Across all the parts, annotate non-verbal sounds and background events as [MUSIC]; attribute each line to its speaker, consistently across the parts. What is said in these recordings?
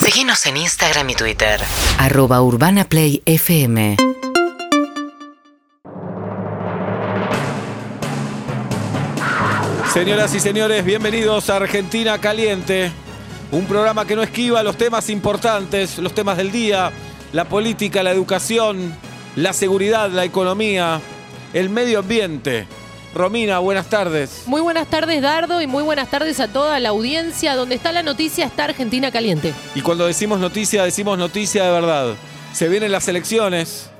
Speaker 1: Seguinos en Instagram y Twitter.
Speaker 2: arroba urbanaplayfm
Speaker 3: Señoras y señores, bienvenidos a Argentina Caliente, un programa que no esquiva los temas importantes, los temas del día, la política, la educación, la seguridad, la economía, el medio ambiente. Romina, buenas tardes.
Speaker 4: Muy buenas tardes, Dardo, y muy buenas tardes a toda la audiencia. Donde está la noticia está Argentina Caliente.
Speaker 3: Y cuando decimos noticia, decimos noticia de verdad. Se vienen las elecciones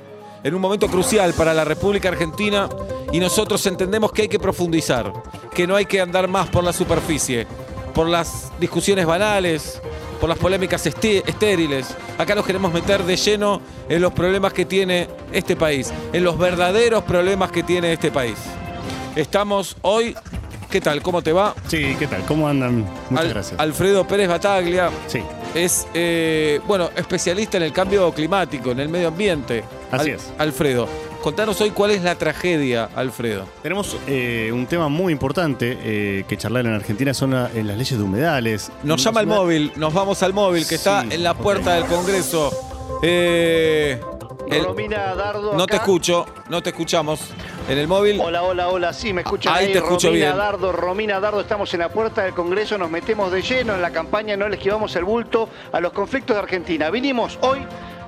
Speaker 3: en un momento crucial para la República Argentina y nosotros entendemos que hay que profundizar, que no hay que andar más por la superficie, por las discusiones banales, por las polémicas esté- estériles. Acá nos queremos meter de lleno en los problemas que tiene este país, en los verdaderos problemas que tiene este país. Estamos hoy, ¿qué tal? ¿Cómo te va?
Speaker 5: Sí, ¿qué tal? ¿Cómo andan? Muchas
Speaker 3: Al-
Speaker 5: gracias.
Speaker 3: Alfredo Pérez Bataglia,
Speaker 5: sí,
Speaker 3: es, eh, bueno, especialista en el cambio climático, en el medio ambiente.
Speaker 5: Así es.
Speaker 3: Alfredo, contanos hoy cuál es la tragedia, Alfredo.
Speaker 5: tenemos eh, un tema muy importante eh, que charlar en Argentina son la- en las leyes de humedales.
Speaker 3: Nos
Speaker 5: Una-
Speaker 3: llama el
Speaker 5: una-
Speaker 3: móvil, nos vamos al móvil que está
Speaker 5: Sí,
Speaker 3: en la puerta del Congreso. Eh, el-
Speaker 6: Romina Dardo.
Speaker 3: no te
Speaker 6: acá.
Speaker 3: escucho, no te escuchamos. En el móvil,
Speaker 6: Hola, hola, hola. Sí, me escuchan
Speaker 3: Ahí te escucho
Speaker 6: Romina
Speaker 3: bien.
Speaker 6: Dardo, Romina Dardo, estamos en la puerta del Congreso, nos metemos de lleno en la campaña, no le esquivamos el bulto a los conflictos de Argentina. Vinimos hoy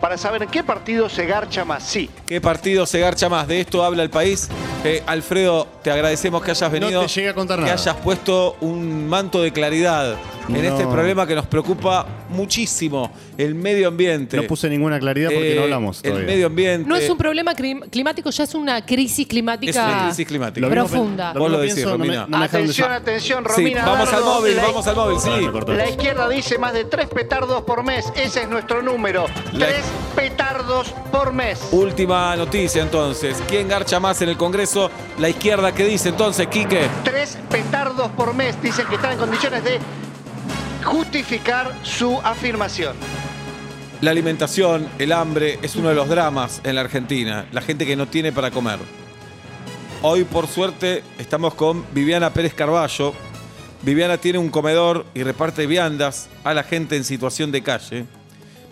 Speaker 6: para saber en qué partido se garcha más. Sí,
Speaker 3: ¿qué partido se garcha más? De esto habla el país. Eh, Alfredo, te agradecemos que hayas
Speaker 5: No
Speaker 3: venido.
Speaker 5: te llegué a contar
Speaker 3: Que
Speaker 5: nada.
Speaker 3: hayas puesto un manto de claridad en
Speaker 5: No.
Speaker 3: este problema que nos preocupa muchísimo, el medio ambiente.
Speaker 5: No puse ninguna claridad porque
Speaker 3: Eh,
Speaker 5: no hablamos
Speaker 3: El
Speaker 5: todavía.
Speaker 3: medio ambiente.
Speaker 4: No es un problema clim- climático, ya es una crisis climática.
Speaker 3: Eh, Es una crisis climática.
Speaker 5: Lo mismo pe-
Speaker 4: Profunda.
Speaker 3: Vos lo
Speaker 5: mismo
Speaker 3: decís,
Speaker 5: pienso, no me-
Speaker 3: Romina.
Speaker 5: no me dejaron
Speaker 6: atención,
Speaker 5: decir.
Speaker 6: atención,
Speaker 3: Sí,
Speaker 6: Romina
Speaker 3: vamos al
Speaker 6: Dardo.
Speaker 3: móvil,
Speaker 6: La-
Speaker 3: vamos al móvil,
Speaker 5: Perdón, me
Speaker 3: sí.
Speaker 5: cortó.
Speaker 6: La izquierda dice más de tres petardos por mes. Ese es nuestro número.
Speaker 3: La-
Speaker 6: Tres petardos por mes.
Speaker 3: Última noticia entonces. ¿Quién garcha más en el Congreso? La izquierda, ¿qué dice entonces, Quique?
Speaker 6: tres petardos por mes. Dicen que están en condiciones de justificar su afirmación.
Speaker 3: La alimentación, el hambre, es uno de los dramas en la Argentina. La gente que no tiene para comer. Hoy, por suerte, estamos con Viviana Pérez Carballo. Viviana tiene un comedor y reparte viandas a la gente en situación de calle.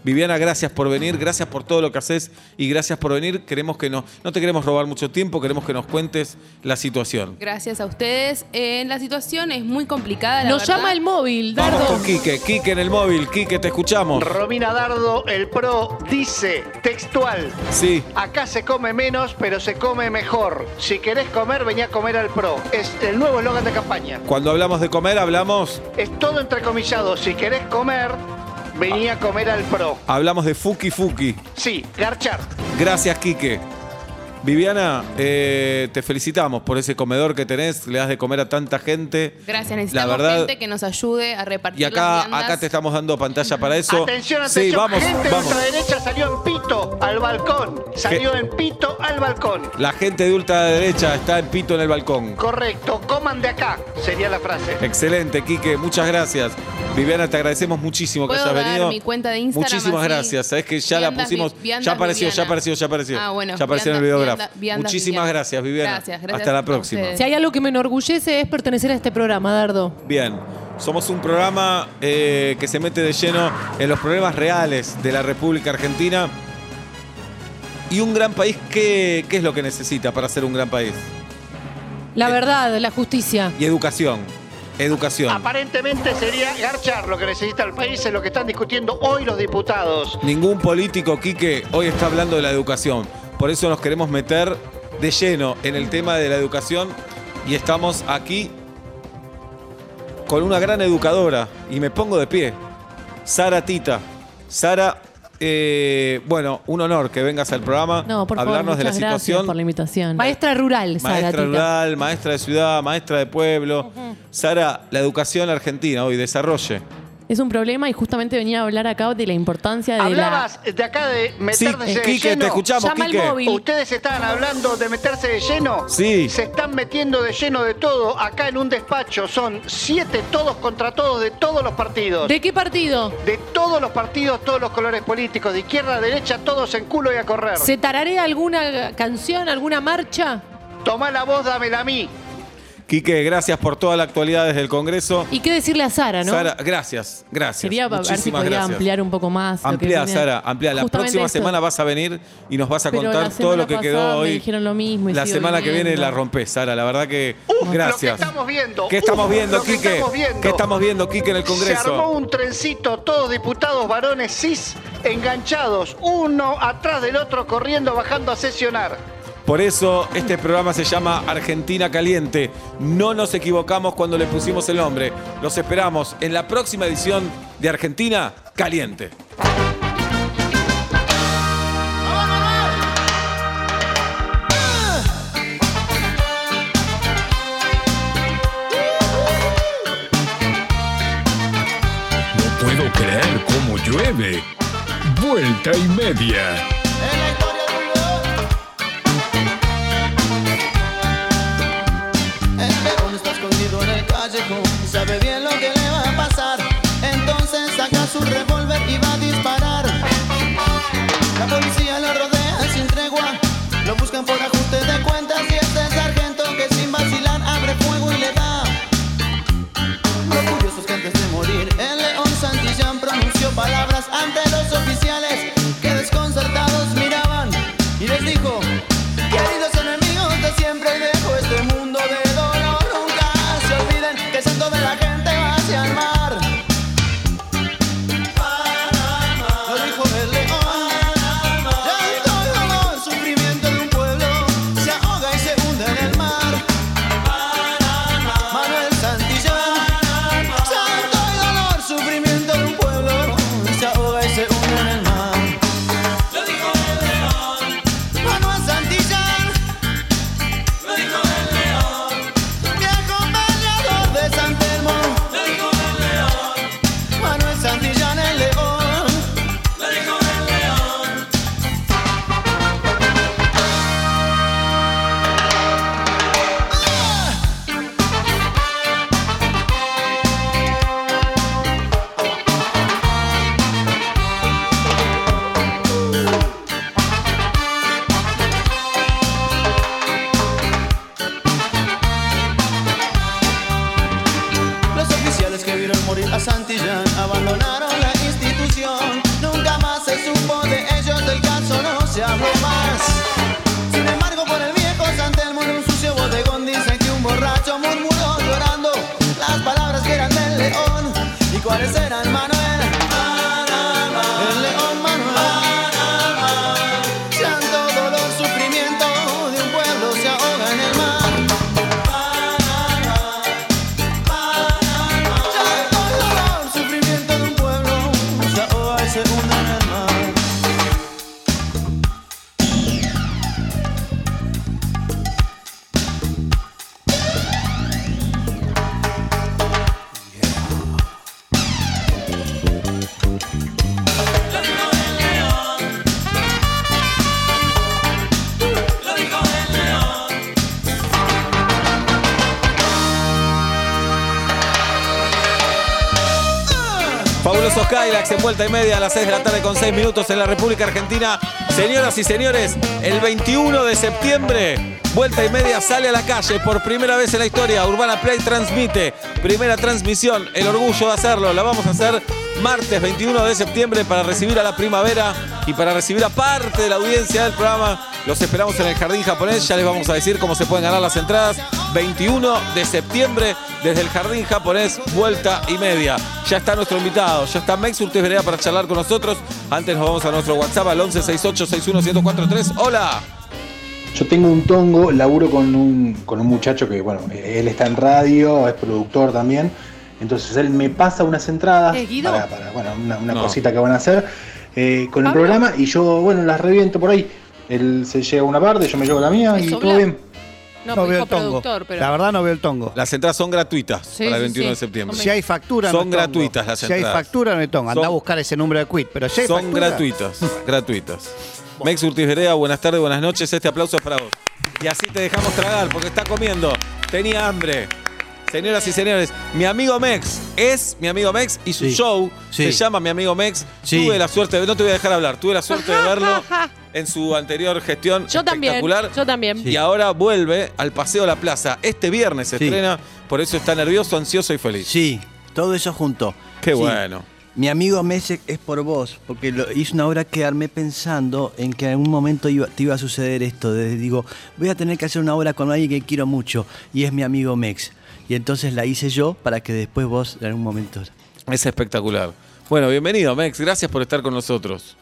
Speaker 3: Viviana, gracias por venir, gracias por todo lo que haces y gracias por venir. Queremos que no, no te queremos robar mucho tiempo, queremos que nos cuentes la situación.
Speaker 7: Gracias a ustedes. Eh, la situación es muy complicada. La
Speaker 4: Nos
Speaker 7: verdad.
Speaker 4: llama el móvil, Dardo.
Speaker 3: Vamos con Quique, Quique en el móvil, Quique, te escuchamos.
Speaker 6: Romina Dardo, el pro, dice textual.
Speaker 3: Sí,
Speaker 6: Acá se come menos, pero se come mejor. Si querés comer, vení a comer al pro. Es el nuevo eslogan de campaña.
Speaker 3: cuando hablamos de comer, hablamos,
Speaker 6: Es todo entrecomillado. Si querés comer, vení a comer al pro.
Speaker 3: hablamos de Fuki Fuki.
Speaker 6: Sí, garchar.
Speaker 3: Gracias, Quique. Viviana, eh, te felicitamos por ese comedor que tenés, le das de comer a tanta gente.
Speaker 7: Gracias, necesitamos
Speaker 3: La verdad-
Speaker 7: gente que nos ayude a repartir
Speaker 3: Y
Speaker 7: las
Speaker 3: acá,
Speaker 7: viandas.
Speaker 3: acá te estamos dando pantalla para eso.
Speaker 6: Atención, atención.
Speaker 3: Sí, vamos,
Speaker 6: Gente de
Speaker 3: vamos.
Speaker 6: ultraderecha salió en pito al balcón. Salió en pito al balcón.
Speaker 3: La gente de ultraderecha está en pito en el balcón.
Speaker 6: Correcto, coman de acá, sería la frase.
Speaker 3: Excelente, Quique, muchas gracias. Viviana, te agradecemos muchísimo que
Speaker 7: ¿Puedo
Speaker 3: hayas
Speaker 7: dar
Speaker 3: venido.
Speaker 7: mi cuenta de Instagram
Speaker 3: Muchísimas
Speaker 7: así?
Speaker 3: gracias. Sabes que ya la
Speaker 7: Viandas
Speaker 3: pusimos.
Speaker 7: Vi- Viandas
Speaker 3: ya apareció, ya
Speaker 7: Viviana.
Speaker 3: apareció, ya apareció.
Speaker 7: Ah, bueno,
Speaker 3: Ya apareció en el
Speaker 7: Viandas-
Speaker 3: videograf.
Speaker 7: Vianda- Viandas
Speaker 3: Muchísimas
Speaker 7: Viviana.
Speaker 3: gracias, Viviana.
Speaker 7: Gracias, gracias
Speaker 3: Hasta la
Speaker 7: a
Speaker 3: próxima.
Speaker 7: ustedes.
Speaker 4: Si hay algo que me enorgullece es pertenecer a este programa, Dardo.
Speaker 3: Bien, somos un programa eh, que se mete de lleno en los problemas reales de la República Argentina. Y un gran país, ¿qué, qué es lo que necesita para ser un gran país?
Speaker 4: La
Speaker 3: Eh,
Speaker 4: verdad, la justicia.
Speaker 3: Y educación. Educación.
Speaker 6: Aparentemente sería garchar lo que necesita el país, es lo que están discutiendo hoy los diputados.
Speaker 3: Ningún político, Quique, hoy está hablando de la educación. Por eso nos queremos meter de lleno en el tema de la educación y estamos aquí con una gran educadora y me pongo de pie, Sara Tita. Sara, eh, bueno, un honor que vengas al programa,
Speaker 8: No, por favor, muchas
Speaker 3: hablarnos de la
Speaker 8: gracias
Speaker 3: situación.
Speaker 8: por la invitación.
Speaker 4: Maestra rural, Sara.
Speaker 3: Maestra
Speaker 4: Tita.
Speaker 3: rural, maestra de ciudad, maestra de pueblo. Sara, la educación argentina hoy, desarrolle.
Speaker 8: Es un problema y justamente venía a hablar acá de la importancia de
Speaker 6: Hablabas de acá
Speaker 3: Sí,
Speaker 6: de
Speaker 3: eh,
Speaker 6: meterse de
Speaker 3: Quique, te
Speaker 6: lleno.
Speaker 3: escuchamos,
Speaker 4: Llama al
Speaker 3: Quique.
Speaker 4: móvil.
Speaker 6: Ustedes estaban hablando de meterse de lleno.
Speaker 3: Sí.
Speaker 6: Se están metiendo de lleno de todo acá en un despacho. Son siete todos contra todos de todos los partidos.
Speaker 4: ¿De qué partido?
Speaker 6: De todos los partidos, todos los colores políticos, de izquierda a derecha, todos en culo y a correr.
Speaker 4: ¿Se tararea alguna canción, alguna marcha?
Speaker 6: Tomá la voz, dámela a mí.
Speaker 3: Quique, gracias por toda la actualidad desde el Congreso.
Speaker 9: ¿Y qué decirle a Sara, no?
Speaker 3: Sara, gracias, gracias.
Speaker 4: Quería ver si
Speaker 3: Muchísimas
Speaker 4: podía
Speaker 3: gracias.
Speaker 4: ampliar un poco más. lo que
Speaker 3: Amplía,
Speaker 4: viene.
Speaker 3: Sara, amplía. La
Speaker 4: Justamente
Speaker 3: próxima
Speaker 4: esto.
Speaker 3: semana vas a venir y nos vas a
Speaker 4: Pero la
Speaker 3: contar todo lo
Speaker 4: semana
Speaker 3: que quedó
Speaker 4: pasada
Speaker 3: hoy.
Speaker 4: Me dijeron lo mismo. y
Speaker 3: La
Speaker 4: sigo
Speaker 3: semana que viene
Speaker 4: viniendo.
Speaker 3: la rompés, Sara. La verdad que.
Speaker 6: Uf, lo que
Speaker 3: Uh, gracias.
Speaker 6: Uh, estamos viendo.
Speaker 3: ¿Qué
Speaker 6: uf,
Speaker 3: estamos viendo,
Speaker 6: lo que
Speaker 3: Quique?
Speaker 6: estamos viendo.
Speaker 3: ¿Qué estamos viendo, Quique, en el
Speaker 6: Se armó
Speaker 3: Congreso?
Speaker 6: un trencito, todos diputados varones cis, enganchados, uno atrás del otro, corriendo, bajando a sesionar.
Speaker 3: Por eso este programa se llama Argentina Caliente. No nos equivocamos cuando le pusimos el nombre. Los esperamos en la próxima edición de Argentina Caliente.
Speaker 10: No puedo creer cómo llueve. Vuelta y media.
Speaker 11: El león está escondido en el callejón y sabe bien lo que le va a pasar. Entonces saca su revólver y va a disparar. La policía lo rodea sin tregua, lo buscan por ajuste de cuentas y este sargento que sin vacilar abre fuego y le da. Lo curioso es que antes de morir, el león Santillán pronunció palabras ante los oficiales que desconcertados miraban y les dijo: Queridos enemigos de siempre, dejo este mundo de dolor. Nunca se olviden que el santo de la gente va hacia el mar. Lo dijo el león. Llanto, dolor, sufrimiento de un pueblo se ahoga y se hunde en el mar. Manuel Santillán, santo y dolor, sufrimiento de un pueblo se ahoga y se hunde en el mar. Lo dijo el león, Manuel Santillán. Lo dijo el león, mi acompañador de San Telmo. Lo dijo el león, Manuel Santillán el león. Lo dijo el león. Los oficiales que vieron morir a Santillán abandonaron la institución. Nunca más se supo de ellos, del caso no se habló más. Sin embargo, por el viejo Santelmo en un sucio bodegón dicen que un borracho murmuró llorando las palabras que eran del león. ¿Y cuáles eran, Manuel? El león Manuel. Santo dolor, sufrimiento de un pueblo se ahoga en el mar. Llanto, dolor, sufrimiento de un pueblo se ahoga y se hunde en el mar.
Speaker 3: Fabulosos Cadillacs en vuelta y media a las 6 de la tarde con 6 minutos en la República Argentina. Señoras y señores, el 21 de septiembre, vuelta y media sale a la calle por primera vez en la historia. Urbana Play transmite, primera transmisión, el orgullo de hacerlo. La vamos a hacer martes 21 de septiembre para recibir a la primavera y para recibir a parte de la audiencia del programa. Los esperamos en el Jardín Japonés, ya les vamos a decir cómo se pueden ganar las entradas. 21 de septiembre desde el Jardín Japonés, vuelta y media. Ya está nuestro invitado, ya está Mex Urtes Vereda para charlar con nosotros. Antes nos vamos a nuestro WhatsApp al 1168-611-1043. Hola.
Speaker 12: Yo tengo un tongo, laburo con un, con un muchacho que, bueno, él está en radio, es productor también. Entonces él me pasa unas entradas
Speaker 9: ¿Es Guido?
Speaker 12: para, para, bueno, una, una
Speaker 3: No.
Speaker 12: cosita que van a hacer eh, con el
Speaker 9: Pablo.
Speaker 12: programa y yo, bueno, las reviento por ahí. Él se lleva una parte, yo me llevo la mía y
Speaker 13: Eso,
Speaker 12: todo
Speaker 13: bla-
Speaker 12: bien.
Speaker 13: No,
Speaker 14: No
Speaker 13: dijo
Speaker 14: veo el tongo.
Speaker 13: productor, pero.
Speaker 14: La verdad no veo el tongo.
Speaker 3: Las entradas son gratuitas
Speaker 13: Sí,
Speaker 3: para el
Speaker 13: sí,
Speaker 3: 21 de
Speaker 13: sí.
Speaker 3: septiembre.
Speaker 14: Si hay factura, no
Speaker 3: Son
Speaker 14: hay tongo.
Speaker 3: gratuitas las
Speaker 14: Si
Speaker 3: entradas.
Speaker 14: hay factura, no hay tongo. Anda
Speaker 3: Son-
Speaker 14: a buscar ese número de quit. Pero si hay
Speaker 3: Son
Speaker 14: factura-
Speaker 3: gratuitas, gratuitas. Mex Urtis Vereda, buenas tardes, buenas noches. Este aplauso es para vos. Y así te dejamos tragar porque está comiendo. Tenía hambre. Señoras y señores, mi amigo Mex es mi amigo Mex y su
Speaker 11: Sí.
Speaker 3: show
Speaker 11: Sí.
Speaker 3: se llama Mi amigo Mex.
Speaker 11: Sí.
Speaker 3: Tuve la suerte, de- no te voy a dejar hablar, tuve la suerte de
Speaker 4: [LAUGHS]
Speaker 3: verlo en su anterior gestión
Speaker 4: Yo también.
Speaker 3: espectacular.
Speaker 4: Yo también.
Speaker 3: Y ahora vuelve al Paseo La Plaza. Este viernes se
Speaker 11: Sí.
Speaker 3: estrena, por eso está nervioso, ansioso y feliz.
Speaker 11: Sí, todo eso junto.
Speaker 3: Qué
Speaker 11: Sí.
Speaker 3: bueno.
Speaker 11: Mi amigo Mesek es por vos, porque lo, hizo una obra que armé pensando en que en algún momento iba- te iba a suceder esto. de- digo, voy a tener que hacer una obra con alguien que quiero mucho, y es mi amigo Mex. Y entonces la hice yo para que después vos en algún momento.
Speaker 3: Es espectacular. Bueno, bienvenido, Mex. Gracias por estar con nosotros.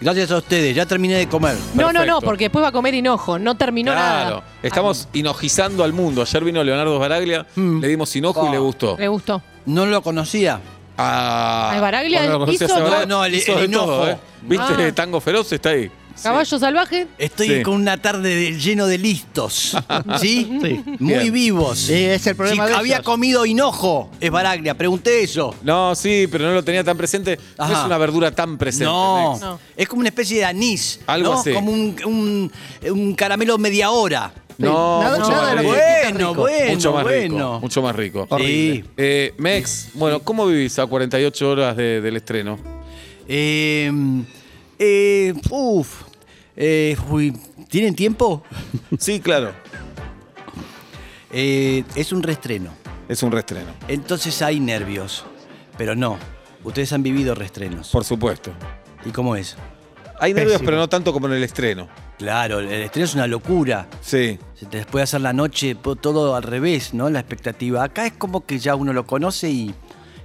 Speaker 11: Gracias a ustedes, ya terminé de comer.
Speaker 4: No, no, no,
Speaker 3: Perfecto.
Speaker 4: porque después va a comer hinojo. No terminó
Speaker 3: Claro, estamos inojizando al mundo. Ayer vino Leonardo Baraglia, le dimos hinojo y le gustó.
Speaker 4: nada. Me gustó.
Speaker 11: No lo conocía.
Speaker 3: Ah,
Speaker 4: Ay, Baraglia
Speaker 3: cuando lo conocí
Speaker 4: hizo
Speaker 3: hace
Speaker 4: todo.
Speaker 3: Baraglia,
Speaker 11: No, no, el-
Speaker 3: hizo
Speaker 11: el
Speaker 3: de todo,
Speaker 11: hinojo.
Speaker 3: ¿eh? ¿Viste?
Speaker 4: Ah.
Speaker 3: Tango Feroz está ahí.
Speaker 4: Caballo salvaje.
Speaker 11: Estoy
Speaker 3: Sí.
Speaker 11: con una tarde de- lleno
Speaker 5: [LAUGHS]
Speaker 11: de listos, ¿sí?
Speaker 5: Sí.
Speaker 11: Muy
Speaker 3: Bien.
Speaker 11: vivos.
Speaker 5: Sí, es el problema
Speaker 11: Si
Speaker 5: de
Speaker 11: había
Speaker 5: ellos.
Speaker 11: comido hinojo, es Baraglia, pregunté eso.
Speaker 3: No, sí, pero no lo tenía tan presente. No
Speaker 11: Ajá.
Speaker 3: es una verdura tan presente.
Speaker 11: No.
Speaker 3: Mex.
Speaker 11: es como una especie de anís.
Speaker 3: Algo
Speaker 11: ¿no?
Speaker 3: así.
Speaker 11: Como un, un- un caramelo media hora.
Speaker 3: No,
Speaker 5: Nada-
Speaker 3: mucho,
Speaker 5: nada
Speaker 3: más
Speaker 5: de lo
Speaker 3: rico.
Speaker 5: que-
Speaker 11: Bueno, bueno,
Speaker 3: mucho más rico.
Speaker 11: bueno.
Speaker 3: Mucho más rico.
Speaker 11: Horrible.
Speaker 3: Sí. Eh, Mex, bueno, ¿cómo vivís a 48 horas de- del estreno?
Speaker 11: Eh, eh, uf. Eh, uy, ¿Tienen tiempo?
Speaker 3: Sí, claro.
Speaker 11: Eh, es un restreno.
Speaker 3: Es un reestreno.
Speaker 11: Entonces hay nervios. Pero no. Ustedes han vivido restrenos.
Speaker 3: Por supuesto.
Speaker 11: ¿Y cómo es?
Speaker 3: Hay nervios,
Speaker 5: Pésimo.
Speaker 3: pero no tanto como en el estreno.
Speaker 11: Claro, el estreno es una locura.
Speaker 3: Sí.
Speaker 11: Se te puede hacer la noche po- todo al revés, ¿no? La expectativa. Acá es como que ya uno lo conoce y,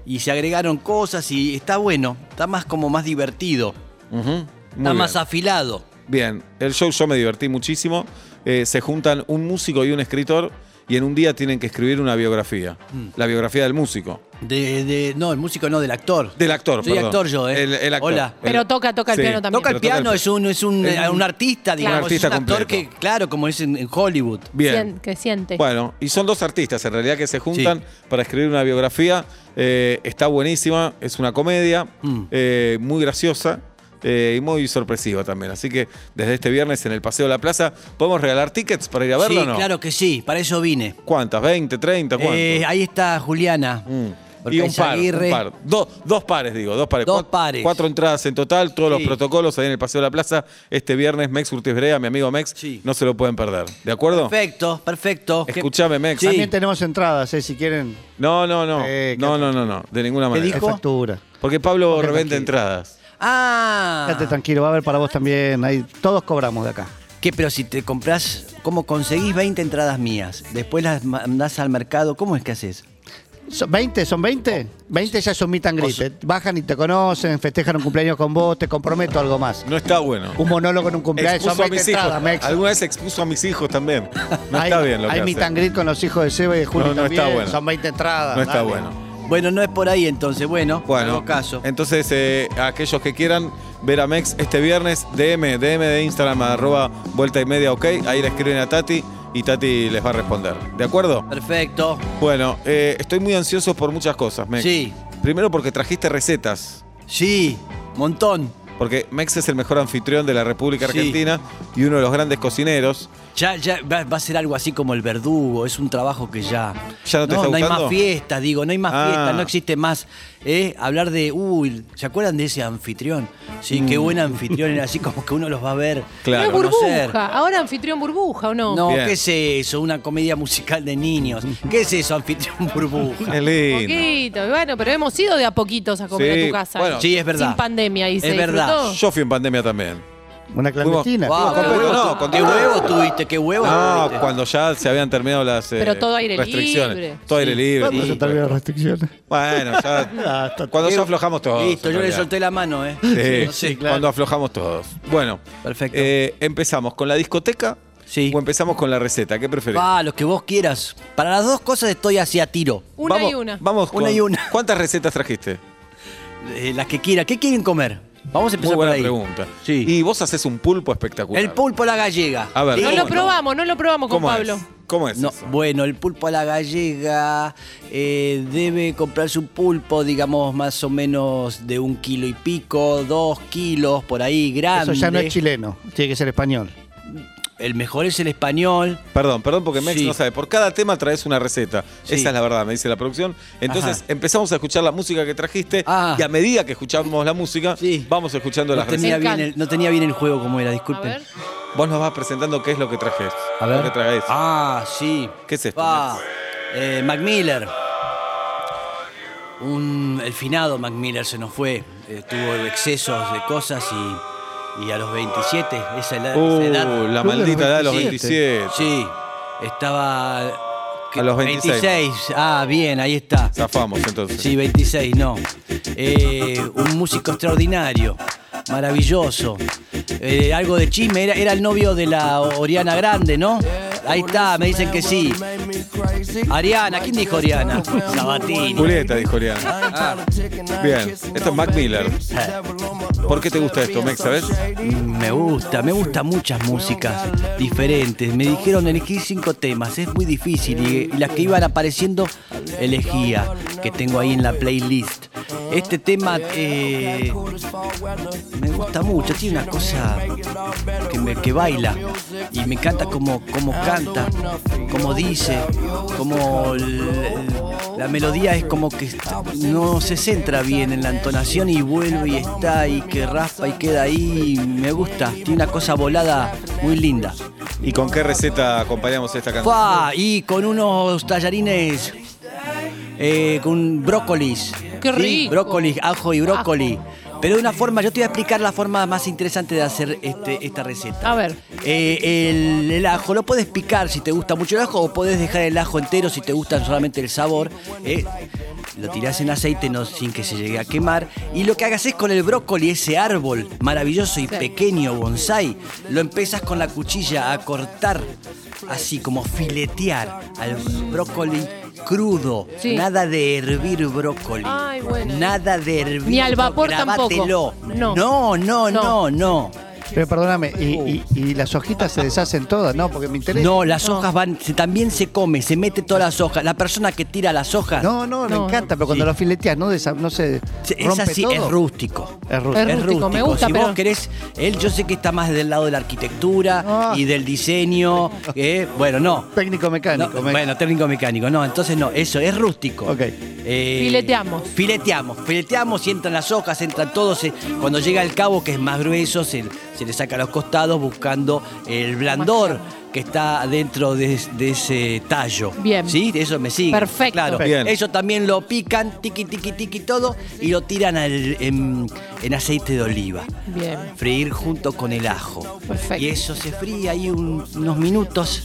Speaker 11: y se agregaron cosas y está bueno. Está más como más divertido.
Speaker 3: Ujú. Muy
Speaker 11: está
Speaker 3: bien.
Speaker 11: más afilado.
Speaker 3: Bien, el show yo me divertí muchísimo. Eh, se juntan un músico y un escritor y en un día tienen que escribir una biografía. La biografía del músico.
Speaker 11: De, de- no, el músico no, del actor.
Speaker 3: Del actor,
Speaker 11: Soy
Speaker 3: perdón.
Speaker 11: actor yo, ¿eh?
Speaker 3: El, el actor.
Speaker 11: Hola.
Speaker 4: Pero toca- toca el piano también.
Speaker 11: Toca el
Speaker 3: pero
Speaker 11: piano, es un, es un,
Speaker 3: Es
Speaker 11: eh,
Speaker 3: un-
Speaker 11: un artista, digamos.
Speaker 3: artista
Speaker 11: es un actor
Speaker 3: completo.
Speaker 11: que, claro, como es en, en Hollywood.
Speaker 3: Bien.
Speaker 4: Sien- que siente.
Speaker 3: Bueno, y son dos artistas en realidad que se juntan para escribir una biografía. Eh, está buenísima, es una comedia
Speaker 11: Mm.
Speaker 3: eh, muy graciosa eh, y muy sorpresiva también. Así que desde este viernes en el Paseo de la Plaza, ¿podemos regalar tickets para ir a verlo
Speaker 11: sí,
Speaker 3: o no?
Speaker 11: claro que sí, para eso vine.
Speaker 3: ¿Cuántas? ¿20, 30? ¿Cuántos?
Speaker 11: Eh, ahí está Juliana.
Speaker 3: Mm. Y
Speaker 11: Porque
Speaker 3: un par, un
Speaker 11: Izaguirre-
Speaker 3: par. Do- dos pares, digo, dos pares.
Speaker 11: Dos
Speaker 3: Cuat-
Speaker 11: pares.
Speaker 3: Cuatro entradas en total, todos los
Speaker 11: Sí.
Speaker 3: protocolos ahí en el Paseo de la Plaza. Este viernes, Mex Urtiz Brea, mi amigo Mex,
Speaker 11: Sí.
Speaker 3: no se lo pueden perder. ¿De acuerdo?
Speaker 11: Perfecto, perfecto.
Speaker 3: Escuchame, Mex.
Speaker 11: Sí.
Speaker 5: También tenemos entradas, eh, si quieren.
Speaker 3: No, no, no.
Speaker 5: Eh,
Speaker 3: no, no, no, no. De ninguna manera.
Speaker 5: Hay
Speaker 11: dijo?
Speaker 5: factura.
Speaker 3: Porque Pablo
Speaker 5: Porque
Speaker 3: revende
Speaker 5: tranquilo.
Speaker 3: entradas.
Speaker 11: Ah.
Speaker 5: Quédate tranquilo, va a haber para vos también. Ahí, todos cobramos de acá.
Speaker 11: ¿Qué? Pero si te compras, ¿cómo conseguís 20 entradas mías? Después las mandás al mercado, ¿cómo es que haces?
Speaker 5: ¿Son 20? ¿Son 20? 20 ya son meet and greet. eh. Bajan y te conocen, festejan un cumpleaños con vos, te comprometo algo más.
Speaker 3: No está bueno.
Speaker 5: Un monólogo en un cumpleaños, son
Speaker 3: Expuso a
Speaker 5: 20
Speaker 3: mis
Speaker 5: entradas,
Speaker 3: hijos.
Speaker 5: Mex.
Speaker 3: Alguna vez expuso a mis hijos también. No está
Speaker 5: Hay-
Speaker 3: bien lo que
Speaker 5: Hay
Speaker 3: hace.
Speaker 5: meet and greet con los hijos de Seba y de Julio
Speaker 3: No, no está
Speaker 5: también.
Speaker 3: bueno.
Speaker 5: Son 20 entradas.
Speaker 3: No está
Speaker 5: dale.
Speaker 3: bueno.
Speaker 11: Bueno, no es por ahí entonces, bueno, en
Speaker 3: Bueno,
Speaker 11: todo caso.
Speaker 3: entonces eh, aquellos que quieran ver a Mex este viernes, DM, DM de Instagram, arroba vuelta y media, ok, ahí le escriben a Tati y Tati les va a responder. ¿De acuerdo?
Speaker 11: Perfecto.
Speaker 3: Bueno, eh, estoy muy ansioso por muchas cosas, Mex.
Speaker 11: Sí,
Speaker 3: Primero porque trajiste recetas,
Speaker 11: sí, montón.
Speaker 3: porque Mex es el mejor anfitrión de la República
Speaker 11: Sí.
Speaker 3: Argentina y uno de los grandes cocineros.
Speaker 11: Ya, ya va, va a ser algo así como el verdugo, es un trabajo que ya.
Speaker 3: ¿Ya no te está
Speaker 11: no hay
Speaker 3: gustando?
Speaker 11: más fiestas, digo, no hay más
Speaker 3: Ah.
Speaker 11: fiestas, no existe más. ¿eh? Hablar de, uy, ¿se acuerdan de ese anfitrión? Sí, qué buen anfitrión, era así como que uno los va a ver.
Speaker 3: Mm. Claro.
Speaker 4: No es
Speaker 11: conocer.
Speaker 4: burbuja. Ahora anfitrión burbuja, ¿o no?
Speaker 11: No,
Speaker 3: Bien.
Speaker 11: ¿qué es eso? Una comedia musical de niños. ¿Qué es eso, anfitrión burbuja?
Speaker 3: Es lindo.
Speaker 4: Poquito. Bueno, pero hemos ido de a poquitos a comer
Speaker 3: Sí,
Speaker 4: a tu casa.
Speaker 3: bueno.
Speaker 11: Sí, es verdad.
Speaker 4: Sin pandemia y
Speaker 11: Es
Speaker 4: se
Speaker 11: verdad.
Speaker 4: disfrutó.
Speaker 3: Yo fui en pandemia también.
Speaker 5: Una clandestina.
Speaker 11: Guau,
Speaker 3: con
Speaker 11: qué
Speaker 3: Pedro,
Speaker 11: huevo,
Speaker 3: no,
Speaker 11: tu-
Speaker 3: con
Speaker 11: qué
Speaker 3: Pedro.
Speaker 11: huevo tuviste, qué huevo
Speaker 3: No,
Speaker 11: tuviste.
Speaker 3: Ah, cuando ya se habían terminado las eh,
Speaker 4: Pero todo aire
Speaker 3: restricciones.
Speaker 4: libre.
Speaker 3: Todo aire
Speaker 11: Sí.
Speaker 3: libre.
Speaker 5: ¿Cuándo se terminan las restricciones?
Speaker 3: Bueno,
Speaker 11: [LAUGHS]
Speaker 3: ya-
Speaker 5: Ah, está-
Speaker 3: cuando ya aflojamos todos.
Speaker 11: Listo,
Speaker 3: en
Speaker 11: yo le
Speaker 3: realidad.
Speaker 11: solté la mano, ¿eh?
Speaker 3: Sí,
Speaker 11: No sé,
Speaker 3: cuando aflojamos todos. Bueno,
Speaker 11: Perfecto.
Speaker 3: eh, empezamos con la discoteca
Speaker 11: Sí.
Speaker 3: o empezamos con la receta. ¿Qué preferís?
Speaker 11: Va, lo que vos quieras. Para las dos cosas estoy hacia tiro.
Speaker 4: Una
Speaker 3: vamos,
Speaker 4: y una.
Speaker 3: Vamos
Speaker 11: Una
Speaker 3: con-
Speaker 11: y una.
Speaker 3: ¿Cuántas recetas trajiste?
Speaker 11: Eh, las que quieran. ¿Qué quieren comer? Vamos a empezar
Speaker 3: Muy buena
Speaker 11: por ahí.
Speaker 3: pregunta.
Speaker 11: Sí.
Speaker 3: Y vos haces un pulpo espectacular.
Speaker 11: El pulpo a la gallega.
Speaker 3: A ver,
Speaker 11: Sí.
Speaker 4: No
Speaker 3: ¿Cómo
Speaker 4: lo
Speaker 3: no?
Speaker 4: probamos, no lo probamos con
Speaker 3: ¿Cómo
Speaker 4: Pablo.
Speaker 3: es? ¿Cómo es
Speaker 11: No,
Speaker 3: eso?
Speaker 11: bueno, el pulpo a la gallega eh, debe comprarse un pulpo, digamos, más o menos de un kilo y pico, dos kilos, por ahí,
Speaker 5: Eso
Speaker 11: grande.
Speaker 5: ya no es chileno, tiene que ser español.
Speaker 11: el mejor es el español.
Speaker 3: Perdón, perdón, porque Mex
Speaker 11: Sí.
Speaker 3: no sabe. Por cada tema traes una receta.
Speaker 11: Sí.
Speaker 3: Esa es la verdad, me dice la producción. Entonces
Speaker 11: Ajá.
Speaker 3: empezamos a escuchar la música que trajiste
Speaker 11: Ah.
Speaker 3: y a medida que escuchamos la música, vamos escuchando
Speaker 11: No
Speaker 3: las
Speaker 11: tenía,
Speaker 3: recetas.
Speaker 11: bien el, no tenía bien el juego como era,
Speaker 4: A
Speaker 11: disculpen.
Speaker 4: ver.
Speaker 3: Vos nos vas presentando qué es lo que trajes.
Speaker 11: A ver.
Speaker 3: Lo que traes.
Speaker 11: Ah, sí.
Speaker 3: ¿Qué es esto?
Speaker 11: Pa, eh, Mac Miller. Un, el finado Mac Miller se nos fue. Eh, tuvo excesos de cosas y, y a los 27, esa edad.
Speaker 3: Uh,
Speaker 11: esa edad-
Speaker 3: la maldita edad de los 27.
Speaker 11: Sí, estaba.
Speaker 3: A los 26.
Speaker 11: 26. Ah, bien, ahí está.
Speaker 3: Zafamos entonces.
Speaker 11: Sí, 26, no. Eh, un músico extraordinario, maravilloso. Eh, algo de chisme, era, era el novio de la Oriana Grande, ¿no? Ahí está, me dicen que sí. Ariana, ¿quién dijo Oriana? Sabatini.
Speaker 3: Julieta, dijo Oriana.
Speaker 11: Ah,
Speaker 3: Bien, esto es Mac Miller. ¿Por qué te gusta esto, Mex, sabes?
Speaker 11: me gusta, me gustan muchas músicas diferentes. Me dijeron elegí cinco temas, es muy difícil y, y las que iban apareciendo elegía, que tengo ahí en la playlist. Este tema eh, me gusta mucho, tiene una cosa que, me, que baila y me encanta como, como canta, como dice, como la melodía es como que no se centra bien en la entonación y vuelve y está y que raspa y queda ahí, y me gusta, tiene una cosa volada muy linda.
Speaker 3: ¿Y con qué receta acompañamos esta canción?
Speaker 11: ¡Fua! Y con unos tallarines, eh, con brócolis.
Speaker 4: ¡Qué
Speaker 11: Sí,
Speaker 4: rico!
Speaker 11: Brócolis, ajo y brócoli. Pero de una forma, yo te voy a explicar la forma más interesante de hacer este- esta receta.
Speaker 4: A ver.
Speaker 11: Eh, el, el ajo lo puedes picar si te gusta mucho el ajo o puedes dejar el ajo entero si te gusta solamente el sabor. eh, lo tirás en aceite no, sin que se llegue a quemar. Y lo que hagas es con el brócoli, ese árbol maravilloso y pequeño bonsai, lo empezás con la cuchilla a cortar, así como filetear al brócoli crudo.
Speaker 4: Sí.
Speaker 11: Nada de hervir brócoli.
Speaker 4: Ay, bueno.
Speaker 11: Nada de hervir.
Speaker 4: Ni al vapor
Speaker 11: Grabátelo.
Speaker 4: tampoco. No.
Speaker 11: No, no, no, no.
Speaker 5: Pero perdóname, y, y- y las hojitas se deshacen todas, ¿no? Porque me interesa.
Speaker 11: No, las hojas van, se- también se come, se mete todas las hojas. La persona que tira las hojas,
Speaker 5: No, no, me encanta, pero cuando
Speaker 11: Sí.
Speaker 5: lo fileteas, no, Desa- no se
Speaker 11: se- es
Speaker 5: rompe
Speaker 11: así,
Speaker 5: todo.
Speaker 11: es rústico.
Speaker 5: Es rústico.
Speaker 11: Es rústico,
Speaker 4: me gusta,
Speaker 11: si vos
Speaker 4: pero-
Speaker 11: querés, él yo sé que está más del lado de la arquitectura
Speaker 5: Ah.
Speaker 11: y del diseño. eh, bueno, no.
Speaker 5: Técnico
Speaker 11: No,
Speaker 5: mecánico. me-
Speaker 11: Bueno, técnico mecánico, no, entonces no, eso es rústico.
Speaker 5: Ok.
Speaker 11: Eh,
Speaker 4: Fileteamos.
Speaker 11: Fileteamos, fileteamos y entran las hojas, entran todos. eh, cuando llega el cabo, que es más grueso, se, se le saca a los costados buscando el blandor que está dentro de, de ese tallo.
Speaker 4: Bien.
Speaker 11: ¿Sí? Eso me sigue.
Speaker 4: Perfecto.
Speaker 11: Claro.
Speaker 3: Bien.
Speaker 11: Eso también lo pican, tiqui, tiqui, tiqui, todo, y lo tiran al- en, en aceite de oliva.
Speaker 4: Bien.
Speaker 11: Freír junto con el ajo.
Speaker 4: Perfecto.
Speaker 11: Y eso se fría ahí un- unos minutos,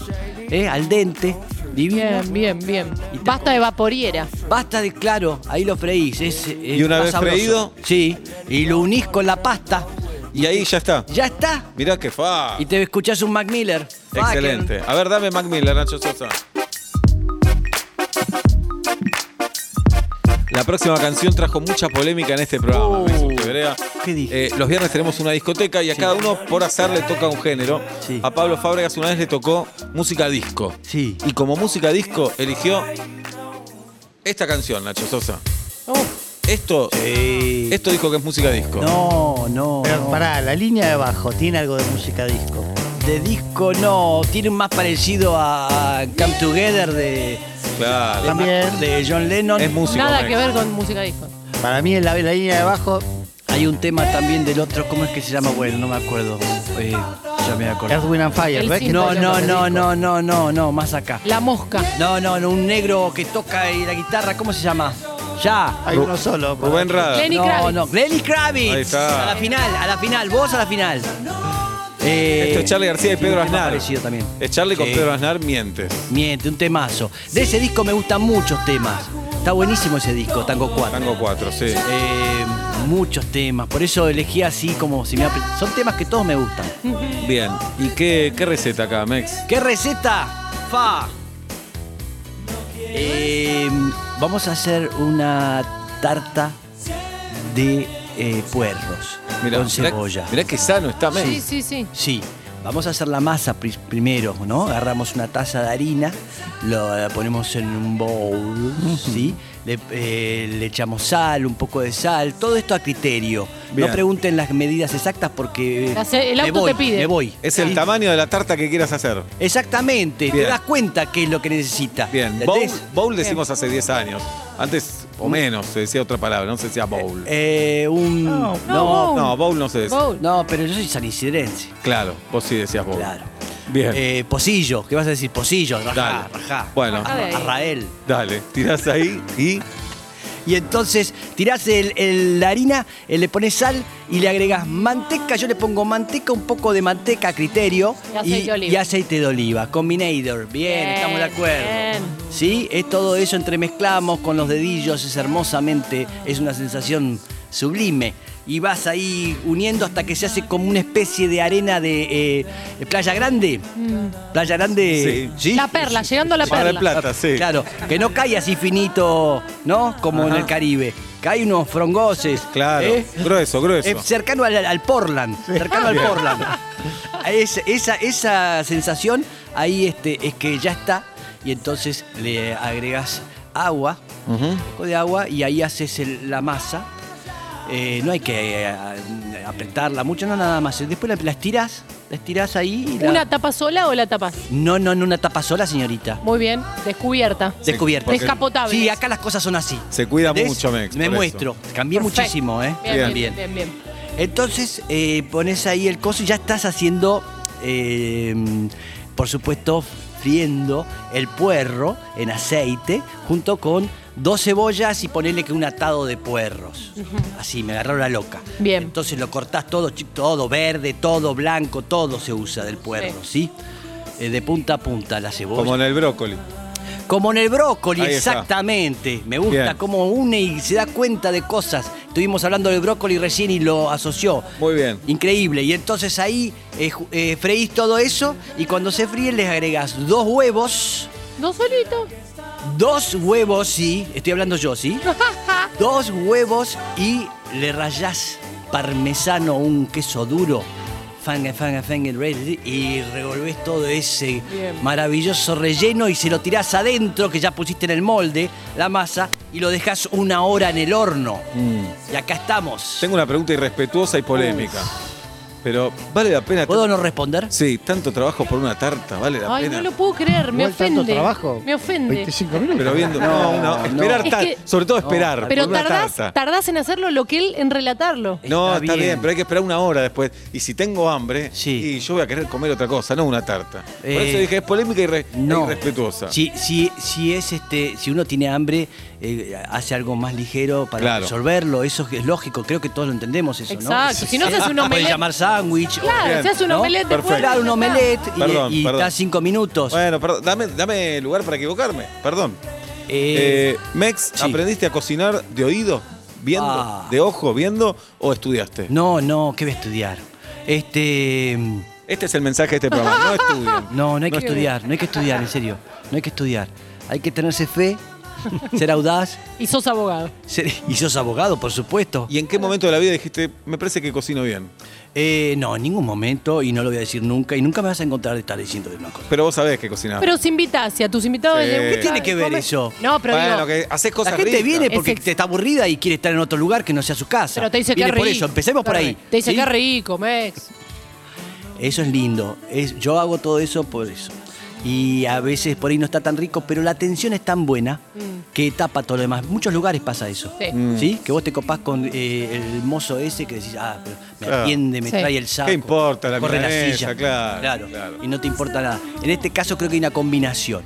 Speaker 11: eh, al dente, divino.
Speaker 4: Bien, bien, bien. Basta de vaporiera.
Speaker 11: Basta de claro, ahí lo freís. Es, eh,
Speaker 3: ¿Y una
Speaker 11: más
Speaker 3: vez
Speaker 11: sabroso.
Speaker 3: freído?
Speaker 11: Sí, y lo unís con la pasta.
Speaker 3: Y ahí ya está.
Speaker 11: Ya está.
Speaker 3: Mirá que fa.
Speaker 11: Y te escuchás un Mac Miller. Ah, Fucking-
Speaker 3: Excelente. A ver, dame Mac Miller, Nacho Sosa. La próxima canción trajo mucha polémica en este programa. me hizo que brea.
Speaker 11: Uh, ¿qué dije?
Speaker 3: Eh, los viernes tenemos una discoteca y a cada uno por azar le toca un género.
Speaker 11: Sí.
Speaker 3: A Pablo Fábregas una vez le tocó música disco.
Speaker 11: Sí.
Speaker 3: Y como música disco eligió esta canción, Nacho Sosa. Esto,
Speaker 11: Oh. Sí.
Speaker 3: esto dijo que es Eh, música disco.
Speaker 11: No, no.
Speaker 5: Pero
Speaker 11: no.
Speaker 5: pará, la línea de abajo tiene algo de música disco.
Speaker 11: De disco no. Tiene un más parecido a Come Together de,
Speaker 3: Claro.
Speaker 5: También.
Speaker 11: de John Lennon.
Speaker 3: Es música.
Speaker 4: Nada
Speaker 3: Mex.
Speaker 4: que ver con música disco.
Speaker 5: Para mí, la, la línea de abajo.
Speaker 11: Hay un tema también del otro, ¿cómo es que se llama? Bueno, no me acuerdo. Eh, ya me
Speaker 5: Earth,
Speaker 11: acuerdo.
Speaker 5: Wind and Fire.
Speaker 4: El
Speaker 5: ¿ves? que
Speaker 4: sí.
Speaker 11: No,
Speaker 5: está
Speaker 11: no,
Speaker 5: yendo
Speaker 11: no,
Speaker 5: el
Speaker 11: no, no, no, no, más acá.
Speaker 4: La mosca.
Speaker 11: No, no, no, un negro que toca ahí la guitarra, ¿cómo se llama? Ya.
Speaker 5: disco? Hay uno solo.
Speaker 3: Rubén Rada.
Speaker 4: Lenny
Speaker 11: no,
Speaker 4: Kravitz.
Speaker 11: no, Lenny Kravitz.
Speaker 3: Ahí está.
Speaker 11: A la final, a la final, vos a la final. Eh,
Speaker 3: Esto Este es Charlie García y
Speaker 11: tiene un
Speaker 3: Pedro
Speaker 11: tema
Speaker 3: Aznar.
Speaker 11: parecido también.
Speaker 3: Es Charlie con
Speaker 11: Sí.
Speaker 3: Pedro Aznar, mientes.
Speaker 11: Miente, un temazo. De ese disco me gustan muchos temas. Está buenísimo ese disco, Tango 4.
Speaker 3: Tango 4, sí.
Speaker 11: Eh, muchos temas, por eso elegí así como si me apre- Son temas que todos me gustan.
Speaker 3: Bien. ¿Y qué, qué receta acá, Mex?
Speaker 11: ¿Qué receta? Fa. Eh, vamos a hacer una tarta de eh, puerros con cebolla.
Speaker 3: Mirá que sano está, Mex.
Speaker 4: Sí, sí, sí.
Speaker 11: Sí, vamos a hacer la masa pri- primero, ¿no? Agarramos una taza de harina, lo- la ponemos en un bowl, ¿sí? le, eh, le echamos sal, un poco de sal, todo esto a criterio.
Speaker 3: Bien.
Speaker 11: No pregunten las medidas exactas porque
Speaker 4: La se- el
Speaker 11: me
Speaker 4: auto
Speaker 11: voy,
Speaker 4: te pide.
Speaker 11: me voy.
Speaker 3: Es el
Speaker 11: Y-
Speaker 3: tamaño de la tarta que quieras hacer.
Speaker 11: Exactamente,
Speaker 3: Bien.
Speaker 11: te das cuenta qué es lo que necesita.
Speaker 3: Bien, bowl,
Speaker 11: ¿entendés?
Speaker 3: bowl decimos hace 10 años. Antes o menos se decía otra palabra, no se decía bowl.
Speaker 11: Eh, un... No,
Speaker 3: no, no, bowl no se decía.
Speaker 11: No, pero yo soy sanisidrense.
Speaker 3: Claro, vos sí decías bowl.
Speaker 11: Claro.
Speaker 3: Bien.
Speaker 11: Eh, posillo, ¿qué vas a decir? Posillo, rajá,
Speaker 3: Dale.
Speaker 11: rajá.
Speaker 3: Bueno. Rajá de ahí.
Speaker 11: Arrael.
Speaker 3: Dale, tirás ahí y.
Speaker 11: Y entonces tirás el- el- la harina, eh, le pones sal y le agregas manteca. Yo le pongo manteca, un poco de manteca a criterio.
Speaker 4: Y aceite de oliva.
Speaker 11: y aceite de oliva. Combinator. Bien, estamos de acuerdo.
Speaker 4: bien.
Speaker 11: ¿Sí? Es todo eso entremezclamos con los dedillos, es hermosamente, es una sensación sublime. Y vas ahí uniendo hasta que se hace como una especie de arena de eh, playa grande. Playa grande. Sí.
Speaker 4: Mm. La perla, llegando a la
Speaker 3: Mar del
Speaker 4: perla.
Speaker 3: Plata, sí.
Speaker 11: Ah, Claro, que no cae así finito, ¿no? Como en
Speaker 3: Ajá.
Speaker 11: el Caribe. Cae unos frongoses.
Speaker 3: Claro,
Speaker 11: ¿eh?
Speaker 3: grueso, grueso.
Speaker 11: Es cercano al, al Portland. Cercano al
Speaker 3: Bien.
Speaker 11: Portland. Es- esa, esa sensación ahí este, es que ya está. Y entonces le agregas agua,
Speaker 3: Ujú.
Speaker 11: un poco de agua, y ahí haces el- la masa. Eh, no hay que eh, a- apretarla mucho, no nada más. Después la- las tiras, las tiras ahí. y la-
Speaker 4: ¿Una tapa sola o la tapas?
Speaker 11: No, no, no, una tapa sola, señorita.
Speaker 4: Muy bien, descubierta.
Speaker 11: Descubierta.
Speaker 3: porque-
Speaker 4: Descapotable.
Speaker 11: Sí, acá las cosas son así.
Speaker 3: Se cuida
Speaker 11: ¿Entendés?
Speaker 3: mucho, Mex. por
Speaker 11: Me
Speaker 3: eso.
Speaker 11: muestro. Cambié
Speaker 4: Perfecto.
Speaker 11: muchísimo, ¿eh?
Speaker 4: Bien, bien, bien, bien, bien.
Speaker 11: Entonces eh, pones ahí el coso y ya estás haciendo, eh, por supuesto, friendo el puerro en aceite junto con dos cebollas y ponerle que un atado de puerros. Así, me agarraron la loca.
Speaker 4: Bien.
Speaker 11: Entonces lo cortás todo, chi- todo verde, todo blanco, todo se usa del puerro, ¿sí? Eh, de punta a punta la cebolla.
Speaker 3: Como en el brócoli.
Speaker 11: Como en el brócoli,
Speaker 3: Ahí está.
Speaker 11: exactamente. Me gusta
Speaker 3: Bien.
Speaker 11: cómo une y se da cuenta de cosas. Estuvimos hablando del brócoli recién y lo asoció.
Speaker 3: Muy bien.
Speaker 11: Increíble. Y entonces ahí eh, ju- eh, freís todo eso y cuando se fríe les agregas dos huevos.
Speaker 4: No solito. [LAUGHS]
Speaker 11: Dos huevos, sí. Estoy hablando yo, ¿sí? Dos huevos y le rayás parmesano, un queso duro. Fanga, fanga, fanga, ready, y revolvés todo ese
Speaker 4: Bien.
Speaker 11: maravilloso relleno y se lo tirás adentro, que ya pusiste en el molde, la masa, y lo dejás una hora en el horno. Y acá estamos.
Speaker 3: Tengo una pregunta irrespetuosa y polémica. Pero, ¿vale la pena?
Speaker 11: ¿Puedo no responder?
Speaker 3: Sí, tanto trabajo por una tarta, vale la
Speaker 4: Ay,
Speaker 3: pena.
Speaker 4: no lo puedo creer, me
Speaker 5: Igual tanto
Speaker 4: ofende.
Speaker 5: trabajo.
Speaker 4: Me ofende.
Speaker 5: 25 minutos.
Speaker 3: Pero viendo. No, no, esperar
Speaker 4: Es
Speaker 3: tar-
Speaker 4: que-
Speaker 3: Sobre todo esperar.
Speaker 4: Pero
Speaker 3: por una
Speaker 4: tardás,
Speaker 3: tarta.
Speaker 4: tardás en hacerlo lo que él en relatarlo.
Speaker 3: No,
Speaker 11: Está
Speaker 3: está bien.
Speaker 11: bien,
Speaker 3: pero hay que esperar una hora después. Y si tengo hambre,
Speaker 11: Sí.
Speaker 3: y yo voy a querer comer otra cosa, no una tarta. Por
Speaker 11: Eh,
Speaker 3: eso dije, es polémica y re- e
Speaker 11: No.
Speaker 3: irrespetuosa.
Speaker 11: Si, si, si, es este, si uno tiene hambre, eh, hace algo más ligero para
Speaker 3: Claro.
Speaker 11: absorberlo. Eso es lógico, creo que todos lo entendemos eso, ¿no? Ah,
Speaker 4: Exacto, si no se hace un
Speaker 11: Puede
Speaker 4: omelette.
Speaker 11: llamar sándwich. o-
Speaker 4: Claro,
Speaker 3: Bien,
Speaker 4: se hace un
Speaker 3: ¿no?
Speaker 4: omelette después.
Speaker 3: Perfecto.
Speaker 11: Claro, un
Speaker 4: ya está.
Speaker 11: omelette y,
Speaker 3: Perdón,
Speaker 11: y
Speaker 3: perdón.
Speaker 11: está cinco minutos.
Speaker 3: Bueno, perdón, dame, dame lugar para equivocarme. Perdón.
Speaker 11: Eh,
Speaker 3: Eh, Mex,
Speaker 11: sí.
Speaker 3: ¿aprendiste a cocinar de oído? ¿Viendo?
Speaker 11: Ah.
Speaker 3: ¿De ojo? ¿Viendo? ¿O estudiaste?
Speaker 11: No, no, ¿qué voy a estudiar? Este.
Speaker 3: Este es el mensaje de este programa. No estudien.
Speaker 11: [LAUGHS] No, no hay que estudiar, no hay que estudiar, en serio. No hay que estudiar. Hay que tenerse fe, ser audaz
Speaker 4: Y sos abogado.
Speaker 11: ser- y sos abogado, por supuesto.
Speaker 3: ¿Y en qué momento de la vida dijiste, me parece que cocino bien?
Speaker 11: Eh, no, en ningún momento, y no lo voy a decir nunca, y nunca me vas a encontrar de estar diciendo de una cosa.
Speaker 3: Pero vos sabés que
Speaker 11: Ah.
Speaker 3: cocinás.
Speaker 4: Pero si invitás y a tus invitados
Speaker 3: Sí.
Speaker 4: les
Speaker 3: ¿Qué
Speaker 4: gusta-
Speaker 11: tiene que ver
Speaker 4: come-
Speaker 11: eso?
Speaker 4: No, pero
Speaker 3: bueno,
Speaker 4: digo,
Speaker 3: que haces
Speaker 11: La
Speaker 3: Eh, cosas
Speaker 11: gente
Speaker 3: ricas.
Speaker 11: viene porque
Speaker 4: Es ex-
Speaker 11: te está aburrida y quiere estar en otro lugar que no sea su casa.
Speaker 4: pero te dice
Speaker 11: Y
Speaker 4: que
Speaker 11: de-
Speaker 4: rico.
Speaker 11: Por eso, empecemos por ahí.
Speaker 4: Te dice
Speaker 11: ¿sí?
Speaker 4: que rico, Mex.
Speaker 11: Eso es lindo. Es- yo hago todo eso por eso. Y a veces por ahí no está tan rico, pero la atención es tan buena que tapa todo lo demás. Muchos lugares pasa eso.
Speaker 4: Mm. Sí.
Speaker 3: Mm.
Speaker 11: ¿Sí? Que vos te copás con eh, el mozo ese que decís, ah, pero me
Speaker 3: Claro.
Speaker 11: atiende, me
Speaker 4: Sí.
Speaker 11: trae el saco.
Speaker 3: ¿Qué importa la
Speaker 11: corre
Speaker 3: milanesa?
Speaker 11: silla.
Speaker 3: Claro,
Speaker 11: claro.
Speaker 3: claro.
Speaker 11: Y no te importa nada. En este caso creo que hay una combinación.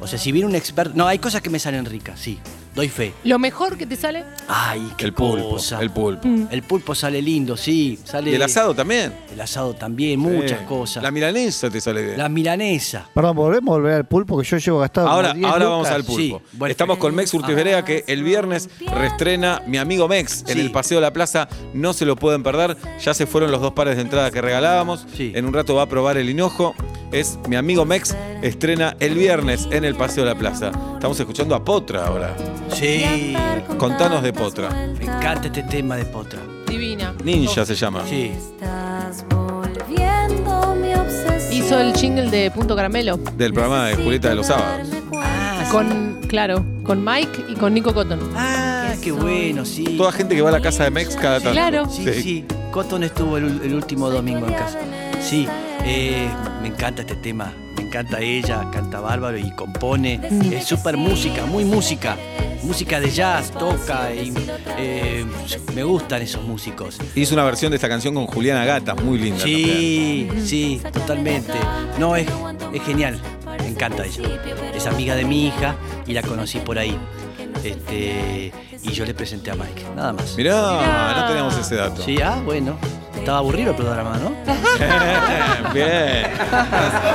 Speaker 11: O sea, si viene un experto. No, hay cosas que me salen ricas, sí. Doy fe.
Speaker 4: Lo mejor que te sale,
Speaker 11: Ay, qué
Speaker 3: El pulpo,
Speaker 11: cosa.
Speaker 3: el pulpo.
Speaker 4: Mm.
Speaker 11: El pulpo sale lindo, sí. Sale
Speaker 3: Y el asado también.
Speaker 11: El asado también, muchas
Speaker 3: Sí.
Speaker 11: cosas.
Speaker 3: La milanesa te sale bien.
Speaker 11: La milanesa.
Speaker 5: Perdón, volvemos a volver al pulpo que yo llevo gastado. como
Speaker 3: Ahora,
Speaker 5: 10
Speaker 3: ahora
Speaker 5: lucas.
Speaker 3: vamos al pulpo.
Speaker 11: Sí, bueno.
Speaker 3: Estamos con Mex Urtiz Vereda, que el viernes reestrena mi amigo Mex en
Speaker 11: Sí.
Speaker 3: el Paseo de la Plaza. No se lo pueden perder. Ya se fueron los dos pares de entrada que regalábamos.
Speaker 11: Sí.
Speaker 3: En un rato va a probar el hinojo. Es mi amigo Mex, estrena el viernes en el Paseo de la Plaza. Estamos escuchando a Potra ahora.
Speaker 11: Sí.
Speaker 3: Contanos de Potra.
Speaker 11: Me encanta este tema de potra.
Speaker 4: divina.
Speaker 3: Ninja se llama.
Speaker 11: Sí.
Speaker 4: Hizo el jingle de Punto Caramelo.
Speaker 3: Del programa de Julieta de los Sábados.
Speaker 4: Con, claro, Con Mike y con Nico Cotton.
Speaker 11: Ah, qué bueno, sí.
Speaker 3: Toda gente que va a la casa de Mex cada tanto.
Speaker 4: Claro.
Speaker 11: Sí, sí, Cotton estuvo el, ul- el último domingo en casa. Sí, eh, me encanta este tema. Me encanta ella, canta bárbaro y compone.
Speaker 15: Mm.
Speaker 11: Es súper música, muy música. Música de jazz, toca. y, eh, me gustan esos músicos.
Speaker 3: Hizo una versión de esta canción con Juliana Gata, muy linda.
Speaker 11: Sí, sí, totalmente. No, es, es genial. Me encanta ella. Es amiga de mi hija y la conocí por ahí. Este, y yo le presenté a Mike, nada más.
Speaker 3: Mirá, Mirá. no teníamos ese dato.
Speaker 11: Sí, ah, bueno. Estaba aburrido el programa, ¿no?
Speaker 3: Bien, [LAUGHS] bien.